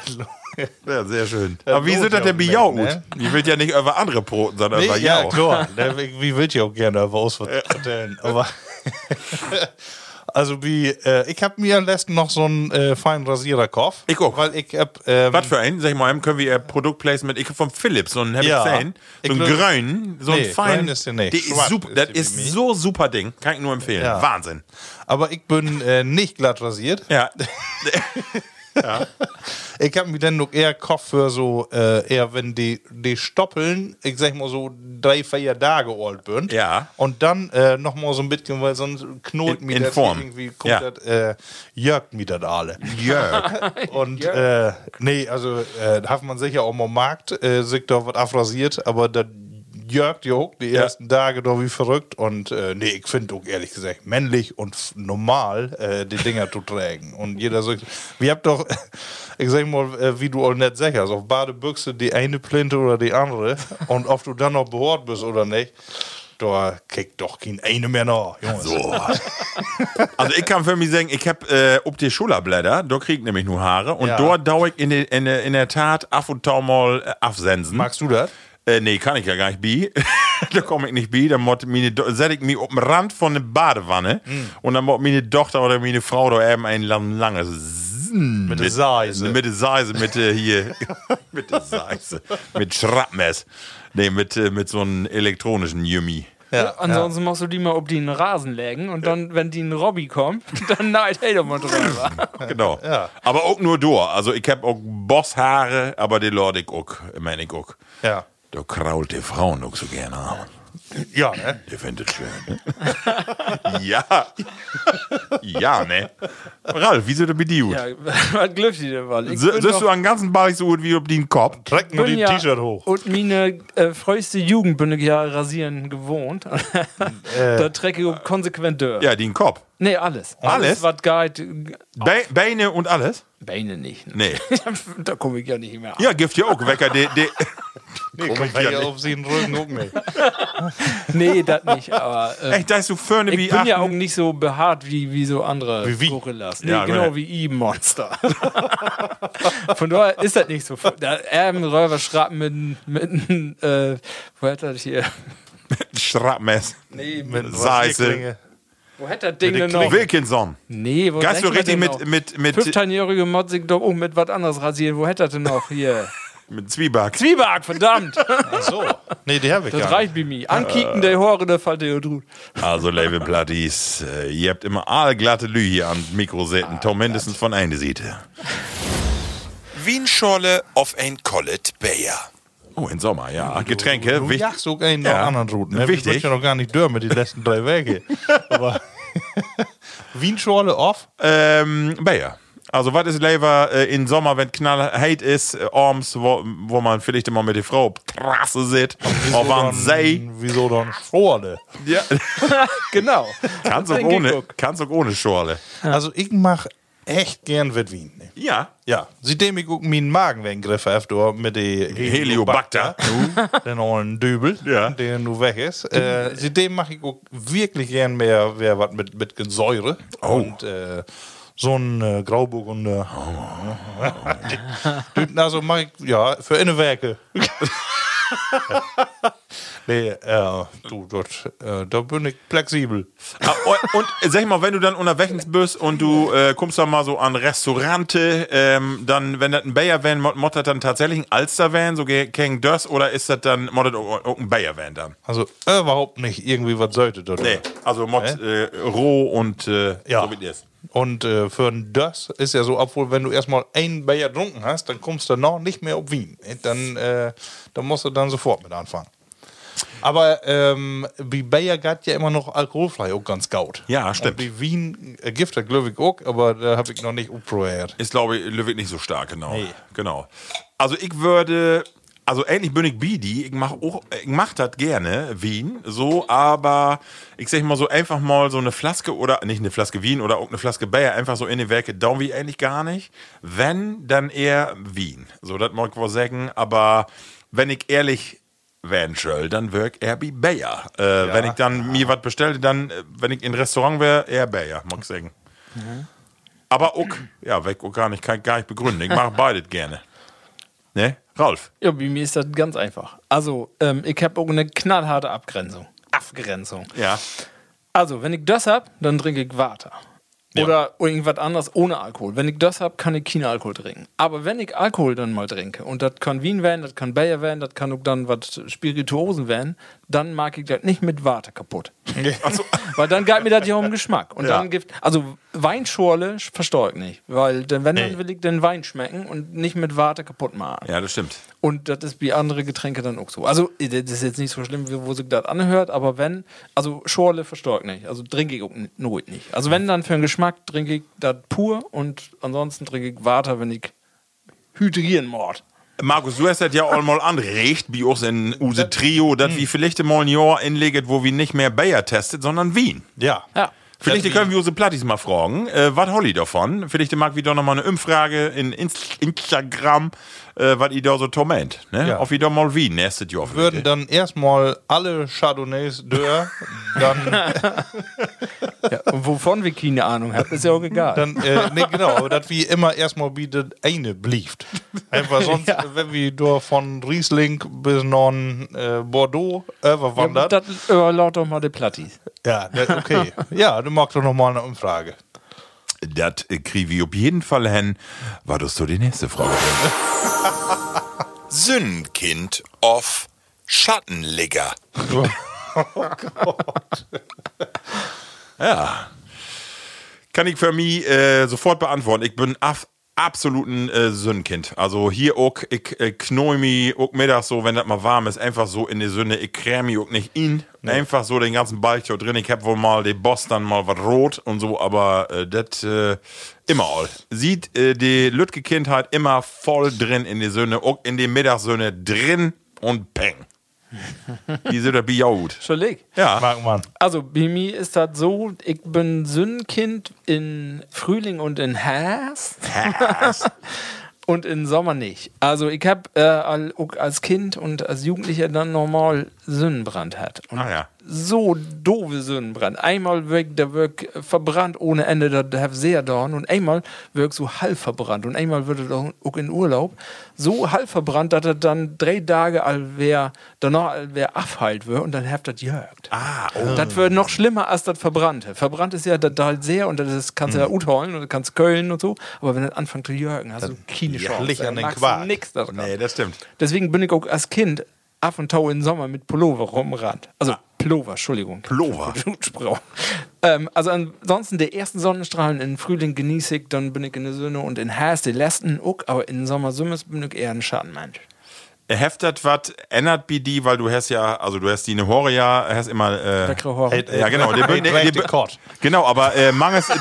S2: Ja, sehr schön.
S3: Das
S2: Aber wie
S3: lohnt
S2: sind das
S3: ja
S2: denn
S3: auch
S2: bejaut?
S3: nicht, ne?
S2: Ich will ja nicht über andere Broten, sondern
S3: nee,
S2: über
S3: ja,
S2: Jau.
S3: klar. Ne, Wie will ich auch gerne über Ausfahrt erzählen. Aber also wie, äh, ich habe mir am letzten noch so einen äh, feinen Rasiererkopf.
S2: Ich auch.
S3: Weil ich hab, ähm,
S2: Was für einen? Sag ich mal, können wir ihr Produktplacement. Ich hab vom Philips, so einen Heavy
S3: Ja.
S2: Zane, so
S3: Ich
S2: einen
S3: glaub-
S2: grünen, so einen
S3: Nee,
S2: feinen.
S3: grün ist der nicht.
S2: Die ist
S3: Schwarz
S2: super,
S3: ist
S2: das
S3: die
S2: ist
S3: Mimi.
S2: so super Ding. Kann ich nur empfehlen.
S3: Ja.
S2: Wahnsinn.
S3: Aber ich bin äh, nicht glatt rasiert.
S2: Ja.
S3: Ich habe mir dann noch eher Kopf für so, äh, eher wenn die, die Stoppeln, ich sag mal so drei, vier Tage alt bin.
S2: Ja.
S3: Und dann äh, nochmal so ein bisschen, weil sonst knurrt
S2: In-
S3: mir
S2: in
S3: das
S2: Form.
S3: irgendwie, guckt
S2: Ja.
S3: das, äh, jörgt mir das alle.
S2: Jörg.
S3: Und äh, nee, also äh, hat man sicher auch mal am Markt, äh, sich da was abrasiert, aber da jörgt ja auch die
S2: Ja.
S3: ersten Tage doch wie verrückt und äh, nee, ich finde auch ehrlich gesagt männlich und f- normal äh, die Dinger zu tragen und jeder sagt, wir habt doch, ich sag mal, äh, wie du auch nicht sicher auf Badebüchse die eine Plinte oder die andere und ob du dann noch behaart bist oder nicht, da kriegt doch kein eine mehr nach, Jungs.
S2: So. Also ich kann für mich sagen, ich hab äh, ob die Schulterblätter, da krieg ich nämlich nur Haare und
S3: Ja.
S2: dort dau ich in, de, in, de, in der Tat af und tau mal äh, afsensen.
S3: Magst du das?
S2: Äh, nee, kann ich ja gar nicht bi. da komme ich nicht bi. Dann mott meine Do- setz ich mich auf den Rand von der Badewanne
S3: Mm.
S2: und dann mott meine Tochter oder meine Frau da eben ein lang- langes Sinn mit
S3: der Seise.
S2: Mit der Seise, mit äh, hier. mit der Seise. Mit Schrappmess. Nee, mit, äh, mit so einem elektronischen Yummy.
S4: Ja, Ansonsten machst du die mal ob die einen Rasen legen und dann, wenn die ein Robby kommt, dann neid hey doch mal drüber.
S2: Genau. Aber auch nur du. Also ich hab auch Bosshaare, aber die Lord ich auch. Ich mein ich auch.
S3: Ja.
S2: Da krault die Frauen auch so gerne haben.
S3: Ja, ne?
S2: Ihr findet schön. ja. ja, ne? Ralf, wieso du bist gut?
S4: Ja, was glückt die denn mal? Ich
S2: S-
S4: bin
S2: Siehst du
S4: doch-
S2: an ganzen Ball so gut wie auf den Kopf?
S3: Treck nur
S4: bin
S3: die
S4: ja-
S3: T-Shirt hoch.
S4: Und meine äh, freuste Jugend bin ich ja rasieren gewohnt. da trecke ich auch konsequent durch.
S2: Ja, den Kopf.
S4: Nee, alles.
S2: Alles?
S4: was geht.
S2: Be Beine und alles?
S4: Beine nicht. ne?
S2: Nee.
S4: da komme ich ja nicht mehr an.
S2: Ja, gibt ja auch Wecker. De, de
S3: Nee, komm,
S2: ja
S3: hier
S2: nicht.
S3: auf sie den Rücken gucken nicht.
S4: Nee, das nicht. Aber äh,
S2: Echt, da ist so Förne wie
S4: ich bin ja auch
S2: Achten.
S4: nicht so behaart wie, wie so andere
S2: Wie wie?
S4: Gorillas. Nee,
S2: Ja,
S4: genau
S2: genau.
S4: wie I-Monster. Von daher ist das nicht so. Da, er im Räuber schreibt mit, mit äh, wo hat das hier?
S2: Schrappmess.
S4: Nee,
S3: Mit
S2: Seise.
S3: Rasierklinge.
S4: wo hat das Ding
S3: der
S4: denn noch?
S2: Wilkinson.
S4: Nee, wo
S2: Kannst du
S4: sag ich
S2: richtig
S4: mal
S2: mit,
S4: denn
S2: mit,
S4: noch?
S2: mit, mit,
S4: 15-jährige Motzig doch um mit was anderes rasieren. Wo hätte er denn noch hier?
S2: Zwieback.
S4: Zwieback, verdammt!
S3: Ach so. Nee, die habe ich
S4: Das
S3: gar nicht.
S4: reicht bei mir. Ankicken, der Hore, der fällt dir drut.
S2: Also, liebe Platties, äh, ihr habt immer allglatte Lü hier am Mikro sitzen. Tom mindestens von einer Seite.
S6: Wienschorle auf ein Collet Bayer.
S2: Oh, im Sommer, ja. Getränke,
S3: Du
S2: wichtig.
S3: jagst sogar einen
S2: Ja.
S3: nach anderen Routen. Ne?
S2: Wichtig.
S3: Wir sind ja noch gar nicht dürfen mit den letzten drei Wege. Aber Wien-Schorle off.
S2: Ähm, Bayer. Also, was ist Lever äh, im Sommer, wenn knallheit ist, äh, abends, wo, wo man vielleicht immer mit der Frau auf der Trasse sitzt, auf einem See.
S3: Wieso dann Schorle?
S2: Ja.
S4: Genau.
S2: kannst auch
S4: Ein
S2: ohne,
S4: Geguck.
S2: kannst auch ohne Schorle.
S3: Also, ich mache echt gern mit Wien. Ne?
S2: Ja.
S3: Ja, seitdem ich gucken, meinen Magen wegen Griff habe, mit den
S2: Heliobacter.
S3: den alten Dübel,
S2: Ja.
S3: der nun weg ist. Äh, seitdem mache ich auch wirklich gern mehr, mehr was mit, mit Säure. Und äh, so ein äh, Grauburgunder. Die- also mache ich, ja, für Innenwerke. nee, äh, du, dort, äh, da bin ich flexibel.
S2: Ah, und- und äh, sag ich mal, wenn du dann unterwegs bist und du äh, kommst dann mal so an Restaurante, ähm, dann, wenn das ein Bayer-Van, mod- mod das dann tatsächlich ein Alster-Van, so gegen das, oder ist das dann, mod das auch auch ein Bayer-Van dann?
S3: Also überhaupt nicht irgendwie was sollte dort.
S2: Nee, also Mod äh, roh und äh,
S3: Ja.
S2: so wie das.
S3: Und äh, für ein das ist ja so, obwohl, wenn du erstmal einen Bayer getrunken hast, dann kommst du noch nicht mehr auf Wien. Dann, äh, dann musst du dann sofort mit anfangen. Aber ähm, wie Bayer gab ja immer noch alkoholfrei auch ganz gaut.
S2: Ja, stimmt.
S3: Und wie Wien äh, gibt es glaube ich auch, aber da habe ich noch nicht probiert.
S2: Ist, glaube ich, Löwig nicht so stark, genau.
S3: Nee.
S2: Genau. Also ich würde, also ähnlich bin ich Bidi, ich mache mach das gerne, Wien, so, aber ich sag mal so einfach mal so eine Flaske oder, nicht eine Flaske Wien oder auch eine Flaske Bayer, einfach so in die Werke, down wie ähnlich gar nicht. Wenn, dann eher Wien. So, das mag ich wohl sagen, aber wenn ich ehrlich werden soll, dann wirk eher wie Bayer. Äh, Wenn ich dann mir was bestelle, dann, äh, wenn ich in ein Restaurant wäre, eher Bayer, mag ich sagen. Aber uck, ja, weg uck gar nicht, kann ich gar nicht begründen. Ich mache beides gerne. Ne? Ralf,
S4: Ja, bei mir ist das ganz einfach. Also, ähm, ich habe auch eine knallharte Abgrenzung. Abgrenzung.
S2: ja.
S4: Also, wenn ich das hab, dann trinke ich Water. Oder irgendwas anderes ohne Alkohol. Wenn ich das hab, kann ich keinen Alkohol trinken. Aber wenn ich Alkohol dann mal trinke, und das kann Wien werden, das kann Bayer werden, das kann auch dann was Spirituosen werden, dann mag ich das nicht mit Water kaputt. Weil dann galt mir das ja um den Geschmack. Und
S2: Ja.
S4: dann gibt, also Weinschorle verstehe ich nicht. Weil dann, wenn,
S3: Nee.
S4: dann will ich den Wein schmecken und nicht mit Water kaputt machen.
S2: Ja, das stimmt.
S4: Und das ist wie andere Getränke dann auch so. Also, das ist jetzt nicht so schlimm, wie- wo sich das anhört, aber wenn, also Schorle verstärkt nicht. Also trinke ich auch n- not nicht. Also wenn dann für den Geschmack trinke ich das pur und ansonsten trinke ich Water, wenn ich hydrieren mord.
S2: Markus, du hast das ja auch mal anregt, wie auch in Use Trio, dass wir vielleicht mal ein Jahr inlegt, wo wir nicht mehr Bayer testet, sondern Wien.
S3: Ja.
S4: Ja.
S2: Vielleicht können wir unsere Plattis mal fragen, äh, was Holly davon? Vielleicht mag wieder nochmal eine Umfrage in Inst Instagram, äh, was ihr da so torment. Ne?
S3: Ja.
S2: Auf wieder mal Wien, nächstes Jahr.
S3: Würden dann erstmal alle Chardonnays dörr, dann,
S4: Ja, und wovon wir keine Ahnung haben, ist ja auch egal.
S3: dann äh, nee, genau, aber dass wie immer erstmal bietet eine blieft. Einfach sonst,
S4: Ja.
S3: wenn wir durch von Riesling bis non äh, Bordeaux
S4: ja,
S3: überwandert.
S4: das überlaut doch mal die Plattis.
S3: Ja, das- okay. Ja, du magst doch nochmal eine Umfrage.
S2: Das äh, kriege ich auf jeden Fall hin. War das so die nächste Frage?
S6: Sündkind of Schattenligger.
S2: Ja. Kann ich für mich äh, sofort beantworten. Ich bin af absolut ein äh, Sündenkind. Also hier auch, ich äh, knoi mich auch mittags so, wenn das mal warm ist, einfach so in die Sünde. Ich creme mich auch nicht in. Einfach so den ganzen Balch da drin. Ich hab wohl mal den Boss dann mal was rot und so, aber äh, das äh, immer all. Sieht äh, die Lütke Kindheit immer voll drin in die Sünde, auch in die Mittagssünde drin und peng. die sind da ja gut.
S4: Entschuldigung.
S2: Ja.
S3: Mag man.
S4: Also, bei mir ist das so, ich bin Sündenkind in Frühling und in Herbst.
S2: Ah,
S4: und im Sommer nicht. Also ich habe äh, al- auch als Kind und als Jugendlicher dann normal Sonnenbrand hat. Und
S2: Ah ja.
S4: so doofe Sonnenbrand. Einmal wirkt der wirk verbrannt ohne Ende, da- da hab sehr dorn und einmal wirkt so halb verbrannt und einmal wird er auch- auch in Urlaub so halb verbrannt, dass er dann drei Tage all wer danach all wer abheilt wird und dann habt das jörgt.
S2: Ah,
S3: oh.
S4: Das wird noch schlimmer als das Verbrannte. Verbrannt ist ja da da halt sehr und das ist- kannst
S3: Hm.
S4: du ja utholen und kannst Köln und so. Aber wenn das anfängt zu jörgen, hast du keine Chance.
S3: liegt an
S4: Dann
S3: den
S4: machst du
S3: Quark.
S4: nix da dran.
S2: Nee, das stimmt.
S4: Deswegen bin ich auch als Kind ab und tau im Sommer mit Pullover rumrannt. Also Pullover, Entschuldigung.
S2: Ah. Pullover.
S4: Blutspruch. ähm, also ansonsten die ersten Sonnenstrahlen in Frühling genieße ich, dann bin ich in der Sonne und in Herbst die letzten auch, aber in Sommer Summes bin ich eher ein Schattenmensch.
S2: heftet was, ändert bi die, weil du hast ja, also du hast die eine Hore ja, hast immer. Äh,
S4: Leckere Hore.
S3: Hey,
S2: ja, genau. Der
S3: Hey,
S2: bin,
S3: direkt
S2: der,
S3: den Kord.
S2: genau, aber äh, Manges. äh,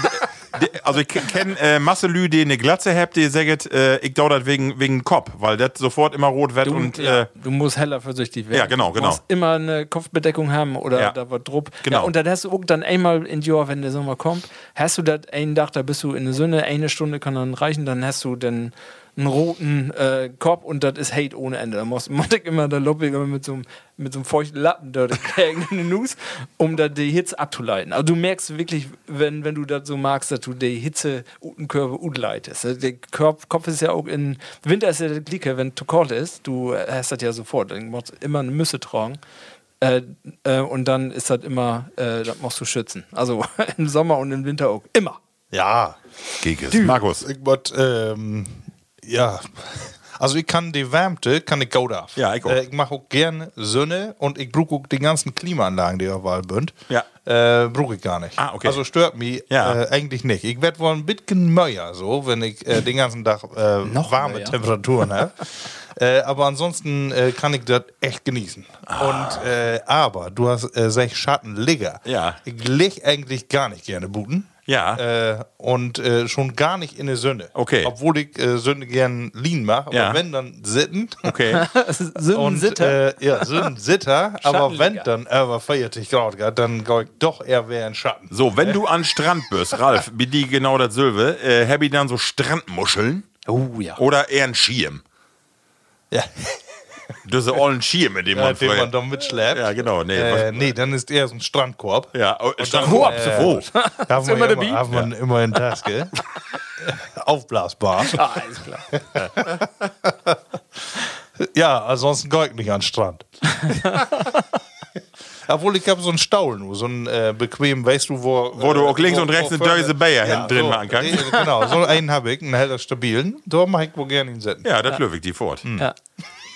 S2: de- Also ich kenne äh, Masse Lü, die eine Glatze habt, die sagt, äh, ich dau das wegen, wegen Kopf, weil das sofort immer rot wird
S4: Du,
S2: und
S4: ja,
S2: äh,
S4: du musst heller versüchtig werden.
S2: Ja, genau, genau.
S4: Du musst immer eine Kopfbedeckung haben oder
S2: Ja.
S4: da war Drupp.
S2: Genau.
S4: Ja, und dann hast du auch dann einmal in Dior, wenn der Sommer kommt, hast du das einen Tag, da bist du in der Sonne, eine Stunde kann dann reichen, dann hast du dann einen roten äh, Kopf und das ist Hate ohne Ende. Da muss Montek immer da Lobby immer mit so einem mit so einem feuchten Lappen da gegen den Nuss, um da die Hitze abzuleiten. Also du merkst wirklich, wenn, wenn du das so magst, dass du die Hitze unten Körper unleitest. Also Der Kopf, Kopf ist ja auch in Winter ist ja der Glicke, wenn zu kalt ist, du hast das ja sofort. Dann musst du immer eine Müsse tragen. Äh, äh, und dann ist das immer, äh, das musst du schützen. Also im Sommer und im Winter auch. Immer.
S3: Ja.
S2: Gekes. Markus.
S3: Irgendwas, ähm, ja. Also ich kann die Wärmte, kann ich gut ab.
S2: Ja, ich auch.
S3: Äh, ich mache auch gerne Sonne und ich brauche auch die ganzen Klimaanlagen, die auf Wahl bünd.
S2: Ja.
S3: Äh, brauche ich gar nicht.
S2: Ah, okay.
S3: Also stört mich
S2: Ja.
S3: äh, eigentlich nicht. Ich werde wohl ein bisschen möher so, wenn ich äh, den ganzen Tag äh,
S4: Noch
S3: warme
S4: möher.
S3: Temperaturen habe. Äh, aber ansonsten äh, kann ich das echt genießen.
S2: Ah.
S3: Und, äh, aber du hast äh, sech Schattenligger.
S2: Ja.
S3: Ich leg eigentlich gar nicht gerne Buten.
S2: Ja.
S3: Äh, und äh, schon gar nicht in der Sünde.
S2: Okay.
S3: Obwohl ich äh, Sünde gern lean mache, aber
S2: Ja.
S3: wenn dann sitten.
S2: Okay.
S3: Und,
S4: Sinnsitter.
S3: Äh, ja, Sitter, aber wenn
S4: Schattenliga.
S3: dann über 40 Grad, geht, dann gehe ich doch eher wer in Schatten.
S2: So, wenn du an Strand bist, Ralf, bi die genau das Silve, äh, hab ich dann so Strandmuscheln
S4: oh ja.
S2: oder eher ein Schirm?
S3: Ja.
S2: Diese ollen Skier, mit dem man
S3: den
S2: früher-
S3: man dann mitschleppt.
S2: Ja, genau. Nee,
S3: Äh,
S2: was-
S3: nee, dann ist eher so ein Strandkorb.
S2: ja, oh, stand
S4: dann-
S2: hoch,
S3: äh,
S2: absolut.
S3: Darf man
S4: immer
S3: immer,
S4: der Beat?
S3: darf man immer in Taske. Aufblasbar.
S4: Ah, alles klar.
S3: Ja, ansonsten geigt nicht an den Strand. Obwohl ich habe so einen Staul nur, so einen äh, bequemen, weißt du, wo.
S2: Wo du auch links und rechts eine
S3: vorne-
S2: Dörse Bayer hinten drin machen kannst.
S3: äh, Genau, so einen habe ich, einen heller stabilen. So mache ich wohl gerne ihn setzen.
S2: Ja, das löwe ich die fort.
S4: Ja.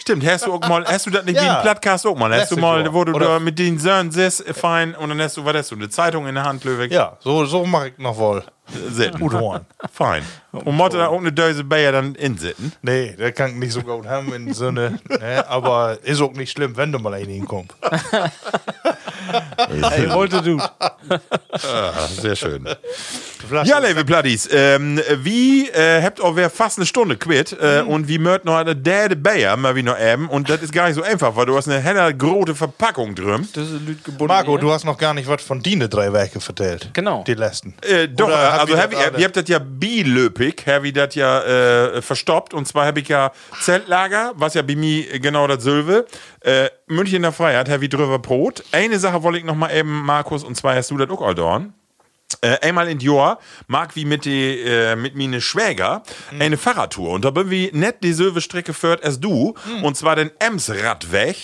S2: Stimmt, hast du auch mal, hast du das nicht wie
S3: Hm. Ja.
S2: ein Plattcast auch mal? Hast
S3: Letzte
S2: du mal,
S3: Woche.
S2: wo du
S3: Oder-
S2: da mit den Sören sitzt, äh, fein, und dann hast du, was hast du, eine Zeitung in der Hand, Löwig?
S3: Ja, so, so mache ich noch wohl.
S2: Sitten.
S3: Gut horn.
S2: Fein. Und Motte da auch eine Dörse Bayer dann insitten?
S3: Nee, der kann ich nicht so gut haben in Sinne. ne, aber ist auch nicht schlimm, wenn du mal einen hinkommst.
S4: Ey, wollte du.
S2: Ah, sehr schön. Ja, liebe Platties, ähm, wie äh, habt auch wer fast eine Stunde quitt äh,
S3: Mhm.
S2: und wie mört noch eine Däde Bayer mal wie noch eben und das ist gar nicht so einfach, weil du hast eine heller grote Verpackung drin.
S4: Das ist Lüt gebunden.
S3: Marco,
S4: hier.
S3: du hast noch gar nicht was von Dine drei Werke vertellt.
S4: Genau.
S3: Die letzten.
S2: Äh, doch,
S3: Oder hab
S2: also
S3: ich
S2: hab
S3: das
S2: ich,
S3: alle?
S2: ihr habt das ja bilöpig, hab ich das ja äh, verstoppt und zwar hab ich ja Zeltlager, was ja bei mir genau das Silve, äh, München in der Freiheit, hab ich drüber Brot. Eine Sache wollte ich noch mal eben, Markus, und zwar hast du das auch all dorn. Äh, einmal in Dior mag wie mit die, äh, mit meine Schwäger eine Fahrradtour und da bin wie net dieselbe Strecke fährt als du und zwar den Emsradweg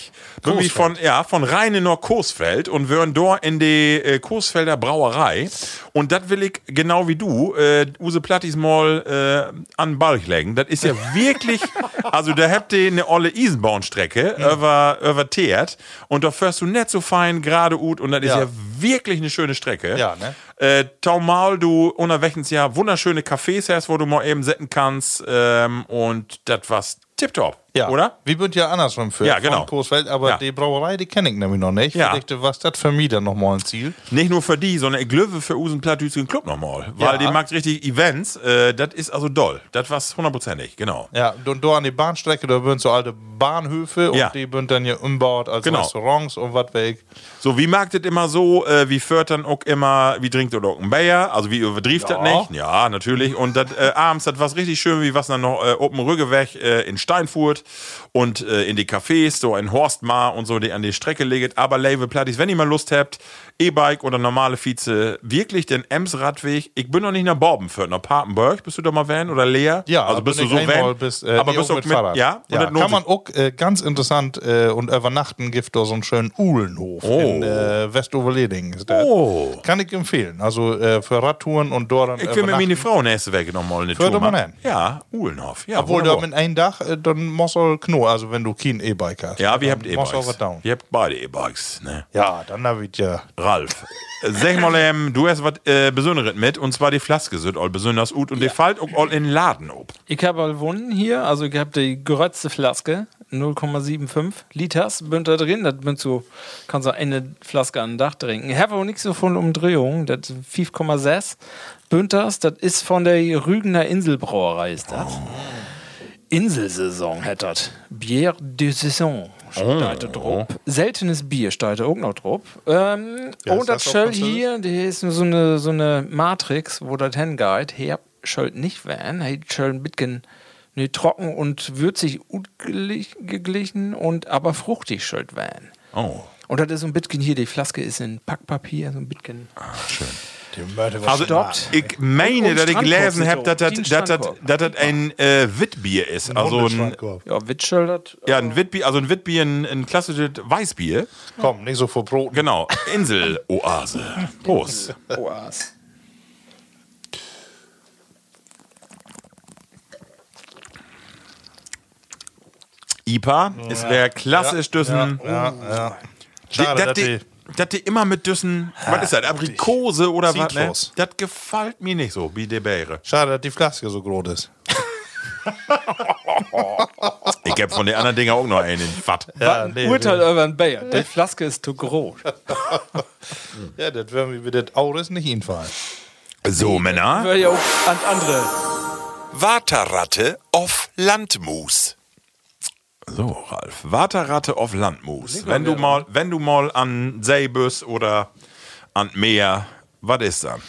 S2: bin wie von ja von Rheine nach Coesfeld und wären dort in die äh, Coesfelder Brauerei und das will ich genau wie du äh, use Plattis mal äh, an den Balch legen das ist ja wirklich also da habt ihr eine olle Eisenbahnstrecke über über Theat und da fährst du net so fein gerade ut und das ist
S3: Ja.
S2: ja wirklich eine schöne Strecke
S3: Ja, ne?
S2: äh, Taumal, du unterwegs ja wunderschöne Cafés hast, wo du mal eben setzen kannst. Ähm, und das war's tipptopp,
S3: Ja.
S2: oder?
S3: Wie wird ja andersrum für
S2: Ja, genau.
S3: von Coesfeld, aber
S2: Ja.
S3: die Brauerei, die kenne ich nämlich noch nicht.
S2: Ja.
S3: Ich dachte, was das für mich dann nochmal ein Ziel?
S2: Nicht nur für die, sondern ich glaube für unseren plattdütschen Club nochmal. Weil
S3: Ja.
S2: die macht richtig Events. Äh, das ist also doll. Das war's hundertprozentig, genau.
S3: Ja, und da an die Bahnstrecke, da würden so alte Bahnhöfe
S2: Ja.
S3: und die würden dann hier umbaut als
S2: Genau.
S3: Restaurants und was weg.
S2: So, wie mag das immer so? Äh, wie fördert dann auch immer, wie trinkt oder auch ein Bayer? Also, wie übertrieft
S3: Ja.
S2: das nicht? Ja, natürlich. Und das äh, abends, das was richtig schön, wie was dann noch äh, Open Rügge weg äh, in Steinfurt und äh, in die Cafés, so in Horstmar und so, die an die Strecke legt. Aber, Leve Plattis, wenn ihr mal Lust habt, E-Bike oder normale Vize, wirklich den Ems-Radweg. Ich bin noch nicht nach Borbenfurt, nach Papenburg. Bist du da mal Van oder Lea?
S3: Ja,
S2: also bist du
S3: bin
S2: so
S3: ich einmal
S2: Van.
S3: bis, äh,
S2: aber
S3: die
S2: bist du
S3: auch
S2: auch mit Fahrrad? Ja,
S3: ja.
S2: Und das
S3: kann man
S2: lohnt
S3: auch äh, ganz interessant äh, und übernachten gibt da so einen schönen Uhlenhof in äh, Westoverleding. Ist der.
S2: Oh.
S3: Kann ich empfehlen. Also äh, für Radtouren und dort dann
S2: sich. ich will mir
S3: übernachten.
S2: meine Frau nächste Woche nochmal eine
S3: Fördert
S2: Tour
S3: man
S2: machen.
S3: ein.
S2: Ja, Uhlenhof. Ja,
S3: Obwohl da
S2: wunderbar.
S3: mit einem Dach, äh, dann muss er Kno, also wenn du kein E-Bike hast.
S2: Ja, wir
S3: Dann
S2: habt
S3: musst du
S2: E-Bikes.
S3: aber down.
S2: Wir habt beide E-Bikes, ne?
S3: Ja, dann habe ich ja.
S2: Ralf. äh, Sag mal, ähm, du hast was äh, Besonderes mit, und zwar die Flaske sind all besonders gut und die fallt auch all in den Laden ob.
S4: Ich habe gewonnen hier, also ich habe die größte Flaske, 0,75 Liters, bin da drin, das bin so, kannst du eine Flaske an den Dach trinken. Ich habe auch nichts so von Umdrehung, das ist 5,6 Bünders, das ist von der Rügener Inselbrauerei, ist das. Inselsaison hat das. Bier de Saison.
S2: Oh.
S4: Steite drauf. Seltenes Bier steite auch noch drauf. Ähm,
S3: Ja,
S4: und
S3: ist
S4: das
S3: das auch
S4: Schöll
S3: französisch?
S4: hier, die ist so eine, so eine Matrix, wo das hingeht. Her Schöll nicht werden. Hey, Schöll ein bisschen nee, trocken und würzig gut gelich- geglichen und aber fruchtig Schöll werden.
S2: Oh.
S4: Und das ist so ein bisschen hier, die Flaske ist in Packpapier, so ein bisschen.
S3: Die Mörder
S2: Also,
S4: Stoppt.
S2: ich meine,
S4: Und
S2: dass ich
S4: Strandkorb
S2: gelesen
S4: sind
S2: habe,
S4: auch.
S2: dass das
S4: Die
S2: dass das-
S4: Strandkorb.
S2: dass das ein äh, Witbier ist. Also ein,
S4: Ja, Witschöll, das.
S2: ja, ein Witbier, also ein Witbier, ein, ein klassisches Weißbier.
S3: Komm, nicht so vor Brot.
S2: Genau, Inseloase. Prost.
S4: Oh, Oas.
S2: IPA ist der klassisch Düssen.
S3: Ja, ja.
S2: Die-
S3: Schade,
S2: dat
S3: dass die,
S2: die- dat die immer mit Düssen, was ist das, Aprikose oder was? Ne?
S3: Zitrus.
S2: Das gefällt mir nicht so, wie der Beere.
S3: schade, dass die Flaske so groß ist.
S2: Ich hab von den anderen Dinger auch noch einen in Fatt.
S3: Ja,
S4: Ein Urteil über einen Bayer. Die Flaske ist zu groß.
S3: Ja, das werden wir mit den Auris nicht hinfallen.
S2: So, Männer.
S4: Wäre ja auch an andere.
S6: Waterratte auf Landmus.
S2: So, Ralf. Waterratte auf Landmus. Wenn du mal, wenn du mal an See bist oder an Meer, was ist dann?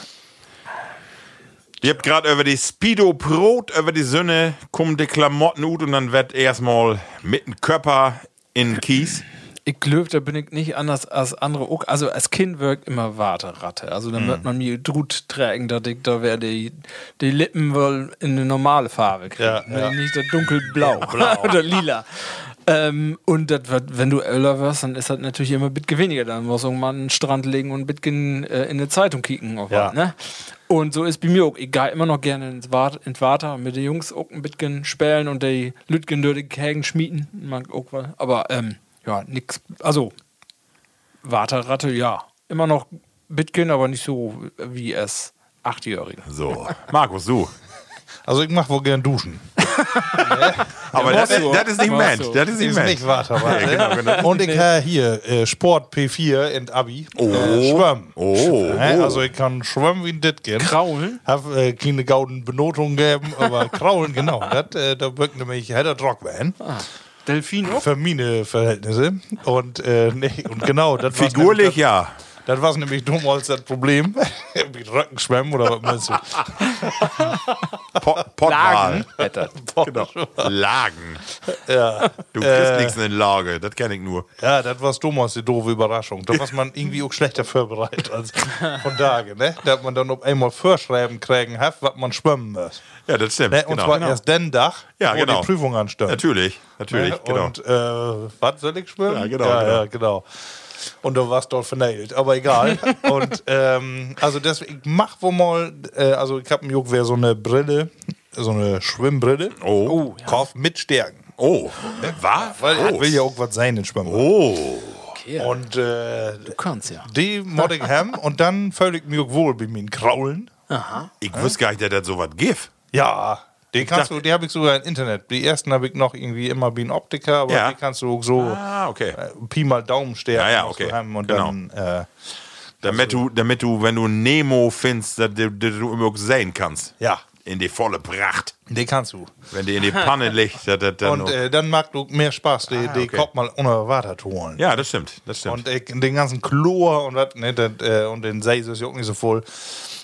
S2: Ihr habt gerade über die Speedo Brot, über die Sonne, kommen die Klamotten ut und dann wird erstmal mit dem Körper in Kies.
S4: Ich glaube, da bin ich nicht anders als andere auch. Also als Kind wirkt immer Warteratte. Also dann
S3: Mhm.
S4: wird man mir Drut tragen, dass ich da wär die, die Lippen wohl in eine normale Farbe kriegen.
S3: Ja, ja.
S4: Nicht das dunkelblau oder lila. Ähm, und das wird, wenn du Öller wirst, dann ist das natürlich immer ein bisschen weniger. Dann muss irgendwann einen Strand legen und ein bisschen äh, in eine Zeitung kicken. Auf
S3: Ja.
S4: was, ne? Und so ist bei mir auch egal, immer noch gerne ins Wat- in Water mit den Jungs auch ein bisschen spälen und die Lütgen durch die Kägen schmieden. Mag auch was. Aber ähm, ja, nix. Also, Waterratte, ja. Immer noch Bitcoin, aber nicht so wie es Achtjährige.
S2: So, Markus, du.
S3: Also ich mache wohl gern duschen.
S2: Aber das,
S4: machst du.
S2: das ist nicht
S4: Machst
S2: Mensch.
S4: du.
S2: Das ist nicht
S3: Ist
S2: Mensch.
S3: nicht ne? Warte, warte.
S2: genau,
S3: Und ich habe hier äh, Sport P4 in Abi. Äh, schwimmen.
S2: Oh.
S3: Ne? Also ich kann schwimmen wie ein Dittgen.
S4: Kraulen?
S3: Hab äh, keine gauden Benotung gegeben, aber kraulen, genau. Das, äh, da wirkt nämlich Hedder Drockman.
S4: Delfin auch?
S3: Für meine Verhältnisse. Und, äh, nee, und genau, das war's
S2: Figurlich,
S3: nämlich-
S2: ja.
S3: Das war nämlich damals das Problem. Mit Röckenschwemmen oder was meinst du?
S2: Po Portwahl. Genau. Lagen.
S3: Ja. Äh.
S2: Du kriegst nichts in Lage. Das kenne ich nur.
S3: Ja, das war damals die doofe Überraschung. Da war man irgendwie auch schlechter vorbereitet als von Tage, ne? Da hat man dann auf einmal Vorschreiben kriegen hat, was man schwimmen muss.
S2: Ja, das stimmt.
S3: Ne? Und
S2: genau.
S3: zwar
S2: genau.
S3: erst den Tag,
S2: Ja,
S3: wo
S2: genau.
S3: die Prüfung anstand.
S2: Natürlich, natürlich,
S3: ne?
S2: genau.
S3: Und äh, was soll ich schwimmen?
S2: Ja, genau,
S3: Ja,
S2: genau.
S3: ja, genau. Und da warst du dort vernailt, aber egal. und ähm, also deswegen, ich mach wohl mal, äh, also ich hab im Juck wer so eine Brille, so eine Schwimmbrille.
S2: Oh.
S3: Kauf mit Stärken.
S2: oh.
S3: Äh?
S2: Was?
S3: Weil
S2: oh.
S3: ich will ja auch was sein in Schwimmen.
S2: oh.
S3: Und äh,
S4: Du kannst ja.
S3: die Modding Ham und dann völlig mir wohl bei mir kraulen.
S2: Ich wusste gar nicht, dass das so was gibt.
S3: Ja, die kannst
S2: dachte-
S3: du, die habe ich sogar im Internet. Die ersten habe ich noch irgendwie immer wie ein Optiker, aber
S2: Ja.
S3: die kannst du auch so
S2: Ah, okay.
S3: äh, Pi mal Daumen stärken.
S2: Ja, ja,
S3: musst
S2: okay.
S3: du haben und
S2: Genau.
S3: dann äh,
S2: Damit
S3: Also-
S2: du, damit du, wenn du Nemo findest, dass du, dass du immer sehen kannst.
S3: ja,
S2: In die volle Pracht.
S3: die kannst du.
S2: Wenn die in die Panne liegt, dass das dann.
S3: Und
S2: noch-
S3: äh, dann macht du mehr Spaß, die, die
S2: okay.
S3: Kopf mal unerwartet zu holen.
S2: ja, das stimmt. Das stimmt.
S3: Und äh, den ganzen Chlor und, wat, ne, dat, äh, und den See ist ja auch nicht so voll.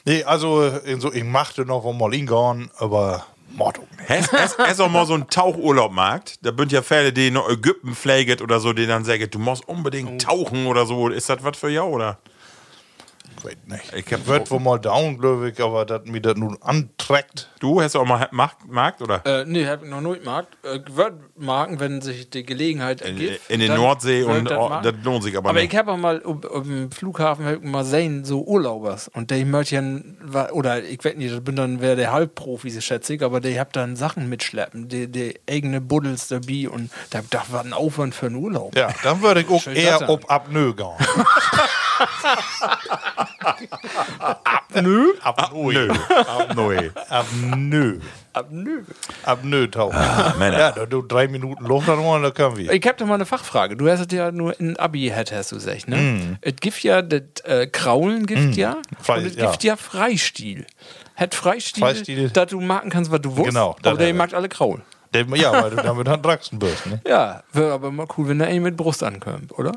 S3: Nee, also äh, so, ich machte noch von mal hingehen, aber Mord um. auch nicht.
S2: Es ist auch mal so ein Tauchurlaubmarkt. Da bünd ja Fälle, die nach Ägypten pflegt oder so, die dann sagen, du musst unbedingt tauchen oder so. Ist das was für ja oder?
S3: Ich weiß nicht.
S2: Ich hab-
S3: wird wohl mal down, glaube ich, aber dass mir das nun anträgt.
S2: Du hast auch mal Markt, Markt oder?
S4: Äh, nee, hab ich noch nicht gemacht. Äh, wird marken, wenn sich die Gelegenheit ergibt.
S2: in den
S4: Dann
S2: Nordsee
S4: würd
S2: und
S4: dat
S2: oh,
S4: machen.
S2: das lohnt sich aber,
S4: Aber
S2: nicht.
S4: ich habe auch mal um, um Flughafen hab ich mal sehen, so Urlaubers. Und der Mörtchen war, oder ich weiß nicht, das bin dann wer der Halbprofi, so schätze ich, aber der hab dann Sachen mitschleppen, die, die eigene Buddels dabei und da hab ich gedacht, was ein Aufwand für einen Urlaub.
S3: Ja, dann würde ich auch
S4: Schön
S3: eher
S4: satt an.
S3: ob Apnoe gehen.
S4: Nö.
S3: Apnoe.
S2: Ah, Ab neu.
S3: Apnoe.
S4: Ab, nö.
S3: Apnoe tauchen.
S2: Ah, Männer.
S3: Ja, da du drei Minuten Luft dann holen, dann können wir.
S4: Ich hab doch mal eine Fachfrage. Du hast es ja nur in Abi hat hast du gesagt, ne? Es gibt ja das äh, Kraulen gibt ja
S3: Mm. Frei-
S4: und es
S3: ja.
S4: gibt ja Freistil. Hat Freistil,
S3: Freistil-
S4: da du machen kannst, was du willst,
S3: Genau,
S4: aber
S3: das
S4: der
S3: hat
S4: mag alle Kraulen.
S3: Denn- Ja, weil du damit dann Draxen bist. Ne?
S4: Ja, wäre aber mal cool, wenn da einer mit Brust ankommt, oder?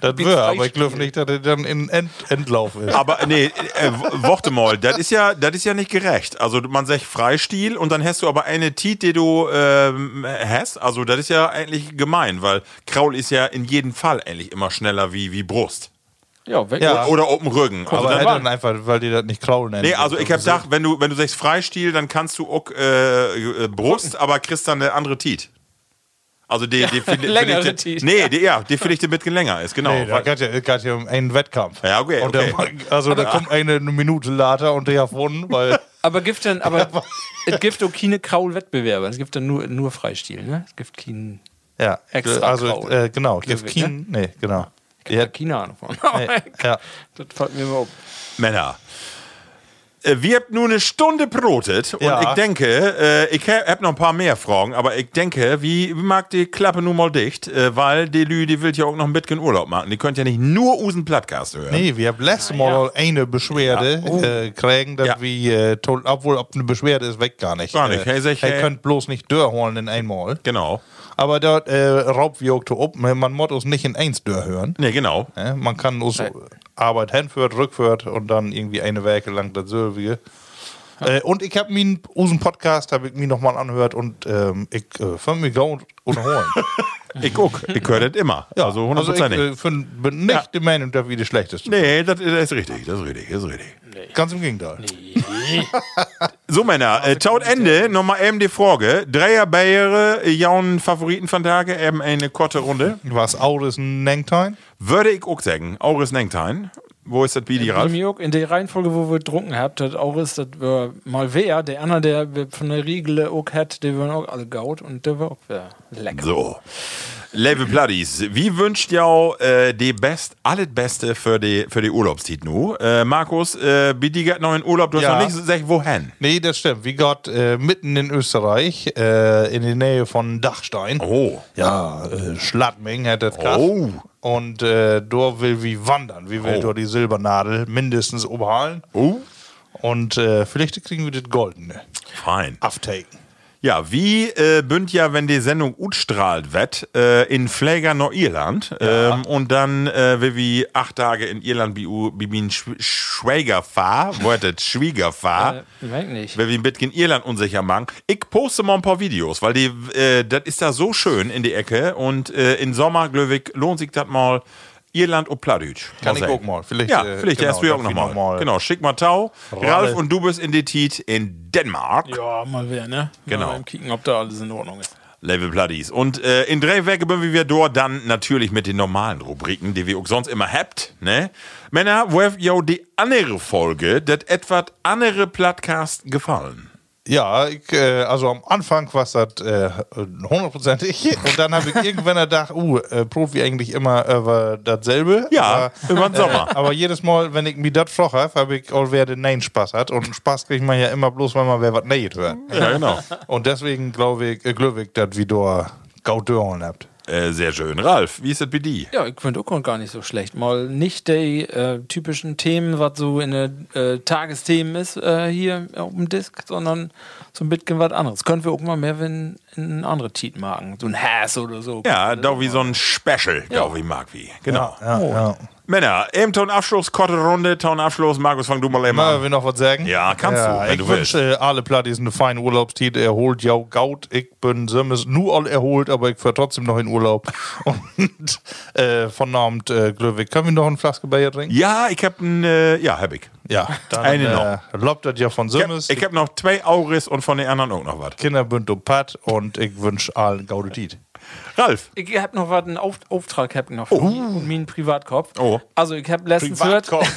S3: Das
S4: Wie
S3: wäre,
S4: zwei
S3: aber ich glaube
S4: Spiele.
S3: nicht, dass er dann in End Endlauf ist.
S2: Aber nee, äh, warte mal, das ist ja, das ist ja nicht gerecht. Also man sagt Freistil und dann hast du aber eine Tiet, die du ähm, hast. Also das ist ja eigentlich gemein, weil Kraul ist ja in jedem Fall eigentlich immer schneller wie, wie Brust.
S4: Ja, weg.
S3: Ja.
S2: Oder auf dem Rücken. Also
S3: aber
S2: dann,
S3: er dann einfach, weil die das nicht kraulen.
S2: nee, also ich hab gedacht, wenn du, wenn du sagst Freistil, dann kannst du auch äh, äh, Brust, aber kriegst dann eine andere Tiet. Also die, die finde
S4: längere
S2: find ich-
S4: Tiet.
S2: Nee, die, ja, die finde ich ein bisschen länger ist, genau.
S3: Nee, da
S2: Weil-
S3: geht ja, geht ja um einen Wettkampf.
S2: Ja, okay,
S3: Und
S2: okay.
S3: Der, also da kommt eine Minute later und der hat gewonnen, weil
S4: Aber gibt dann, aber es gibt auch keine Kraul-Wettbewerbe. Es gibt dann nur, nur Freistil, ne? Es gibt keinen.
S3: ja,
S4: Extra
S3: also
S4: Kraul.
S3: äh, genau, Jeff
S4: Glück, ne?
S3: Keen, nee, genau.
S4: Ich
S3: Ja,
S4: hab keine Ahnung von. Oh
S3: nee, ja.
S4: Das fällt mir mal auf.
S2: Männer. Äh, Wir haben nur eine Stunde brotet und
S3: Ja.
S2: ich denke, äh, ich habe noch ein paar mehr Fragen, aber ich denke, wie, wie mag die Klappe nun mal dicht, äh, weil die Lü, die will ja auch noch ein bisschen Urlaub machen. Die könnt ja nicht nur unseren Plattcast hören.
S3: Nee, wir haben letztes Mal noch eine Beschwerde äh, kriegen, dass
S2: Ja.
S3: wir äh, toll, obwohl ob eine Beschwerde ist weg gar nicht.
S2: Gar nicht. Hey,
S3: Äh,
S2: sag ich, hey.
S3: hey, könnt bloß nicht Dörr holen in einmal.
S2: Genau.
S3: Aber dort äh, raubt wir auch zu ob, man muss uns nicht in eins Dörr hören.
S2: Nee, genau.
S3: Ne? Man kann uns Arbeit hinführt, rückführt und dann irgendwie eine Werke lang das Sylvie. Äh, und ich habe ehm, eh, mir unseren Podcast, habe ich mir nochmal anhört und ähm, ich äh, fand mich gut und holen.
S2: Ich guck, ich höre das immer. also
S3: also ich,
S2: hundertprozentig.
S3: äh, find- bin nicht der Meinung, dass wir die schlechteste.
S2: nee, das, das ist richtig, das ist richtig, das ist richtig.
S3: Ganz im Gegenteil.
S2: So, Männer, äh, taut Ende. Nochmal eben die Frage. Dreier Bayere, jaunen Favoriten von Tage, eben eine kurze Runde.
S3: Was Auris Nengtein?
S2: Würde ich auch sagen, Auris Nengtein. Wo ist das Bidi, Ralf?
S4: Miok, in der Reihenfolge, wo wir getrunken habt, hat auch ist, das war mal wer, der andere, der wir von der Riegel auch hat, der waren auch alle gaut und der war auch wer. lecker.
S2: So. Level Platties, wie wünscht ihr äh, die Best, alles Beste für die, für die Urlaubstit nu? Äh, Markus, äh, Bidi geht noch in Urlaub, du hast
S3: Ja.
S2: noch nicht gesagt, wohin?
S3: Nee, das stimmt. Wie Gott äh, mitten in Österreich, äh, in der Nähe von Dachstein.
S2: Oh.
S3: Ja, äh, Schladming hat das
S2: Oh.
S3: Kraft. Und äh, dort will wie wandern. Wie will
S2: Oh.
S3: dort die Silbernadel mindestens umhalen.
S2: Oh.
S3: Und äh, vielleicht kriegen wir das Goldene.
S2: Fein.
S3: Aftaken.
S2: Ja, wie äh, bünd ja, wenn die Sendung utstrahlt wird, äh, in Fläger Nordirland ähm, und dann äh, wie wie acht Tage in Irland wie u- wie min Sch Schwäger fahr, wortet Schwieger fahr.
S4: Äh, ich merk nicht.
S2: Wenn wir ein bisschen Irland unsicher machen. Ich poste mal ein paar Videos, weil die, äh, das ist da so schön in die Ecke und äh, im Sommer, glaube ich, lohnt sich das mal Irland und Plattdeutsch.
S3: Kann ich
S2: sagen.
S3: auch mal. Vielleicht,
S2: Ja,
S3: äh,
S2: vielleicht
S3: genau,
S2: erst du ja auch
S3: darf ich
S2: nochmal.
S3: noch mal.
S2: Genau, schick mal Tau.
S3: Ralle.
S2: Ralf und du bist in die Tiet in Dänemark.
S4: Ja, mal wer, ne?
S2: Genau.
S4: Mal beim kicken, ob da alles in Ordnung ist.
S2: Level Bloodies. Und äh, in Drehwerke bin wir dort dann natürlich mit den normalen Rubriken, die wir auch sonst immer habt, ne? Männer, wo habt ihr die andere Folge, das etwas andere Podcast gefallen?
S3: Ja, ich, äh, also am Anfang war es das äh, hundertprozentig und dann habe ich irgendwann gedacht, uh, äh, Brot wie eigentlich immer über dasselbe.
S2: Ja,
S3: aber,
S2: über den Sommer.
S3: aber jedes Mal, wenn ich mir das froch habe, habe ich all wer den Nein Spaß hat und Spaß kriegt man ja immer bloß, wenn man wer was Nein hört.
S2: Ja, genau.
S3: Und deswegen glaube ich, äh, glaube ich, dass wir da Gaudören habt.
S2: äh, sehr schön. Ralf, wie ist das bei dir?
S4: Ja, ich finde auch gar nicht so schlecht. Mal nicht die äh, typischen Themen, was so in den äh, Tagesthemen ist, äh, hier auf dem Disk, sondern so ein bisschen was anderes. Können wir auch mal mehr wenn in andere Titel machen. So ein Hass oder so.
S2: Ja, da wie so ein Special, glaube ich, mag wie. Genau.
S3: Ja, ja.
S2: Männer, eben Ton Abschluss, kurze Runde, Ton Abschluss. Markus, fang du mal eben
S3: Mal,
S2: an.
S3: will noch was sagen?
S2: Ja, kannst du, wenn
S3: ich
S2: du willst.
S3: wünsche alle Plattis eine feine Urlaubstit. Erholt, ja, gaut. Ich bin Simmes nur all erholt, aber ich fahre trotzdem noch in Urlaub. Und äh, von Abend, äh, Glöwig, können wir noch eine Flaske Bier trinken?
S2: Ja, ich hab ein, äh, ja, hab ich.
S3: Ja, dann
S2: Eine
S3: äh, lobt das ja von
S2: Ich hab,
S3: Simmes.
S2: ich hab noch zwei Auris und von den anderen auch noch was.
S3: Kinderbündel Pat und ich wünsche allen Gaudetit.
S2: Ralf.
S4: Ich hab noch was, einen Auf Auftrag hab ich noch für die und meinen Privatkopf.
S2: Oh.
S4: Also ich hab letztens
S3: Privatkopf.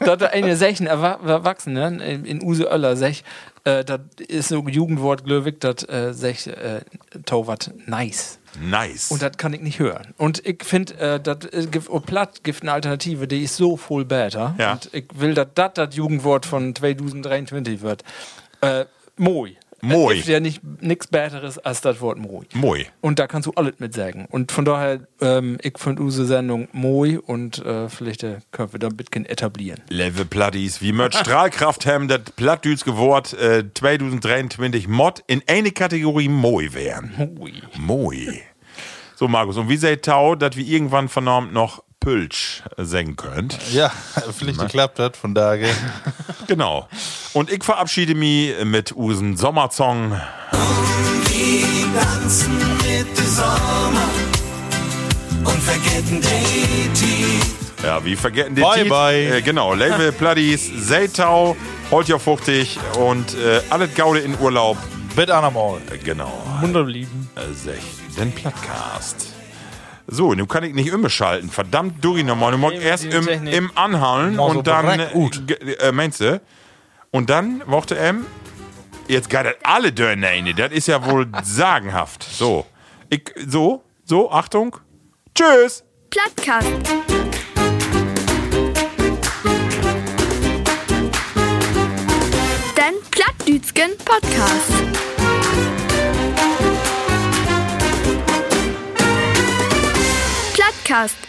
S4: gehört, dass eine äh, Sechen Erwa- Erwachsenen ne? in in Use Oeller Sech, äh, das ist so ein Jugendwort, Glöwig, das äh, Sech äh, Tauwart nice.
S2: Nice.
S4: Und das kann ich nicht hören. Und ich finde, äh, das äh, gibt- oh, platt gibt eine Alternative, die ist so viel besser.
S2: Ja.
S4: Und ich will, dass das das Jugendwort von 2023 wird. Äh, moi.
S2: Moi.
S4: Es gibt ja nicht nichts Besseres als das Wort Moi.
S2: Moi.
S4: Und da kannst du alles mit sagen. Und von daher, ähm, ich finde unsere Sendung Moi und äh, vielleicht äh, können wir da ein bisschen etablieren.
S2: Level Platties, wie Merch Strahlkraft haben das plattdütske Wort äh, 2023 Mod in eine Kategorie Moi wären.
S4: Moi.
S2: Moi. So, Markus, und wie seid Tau, dass wir irgendwann vernormt noch Pülsch singen könnt?
S3: Ja, vielleicht geklappt hat, von daher.
S2: Genau. Und ich verabschiede mich mit Usen Sommersong.
S5: Die tanzen mit dem Sommer und vergessen die Tiet.
S2: Ja, wir vergessen den
S3: Bye,
S2: Tiet.
S3: bye.
S2: Äh, genau, Level Platties, seid Tau, holt ihr fuchtig und äh, alles Gaude in Urlaub.
S3: Mit Anamol.
S2: Äh, genau.
S4: Wunderlieben.
S2: 16 Podcast. So, nun kann ich nicht immer schalten. Verdammt, Duri nochmal. Du musst
S4: Eben
S2: erst
S4: die
S2: im,
S4: Technik.
S2: im Anhallen
S3: Also
S2: und dann.
S3: direkt gut.
S2: Äh, äh, meinst du? Und dann, Worte M. Jetzt geht das alle Dörner in. Das ist ja wohl sagenhaft. So. Ich, so, so, Achtung. Tschüss!
S1: Plattkast. Den Plattdütschen Podcast. Plattkast.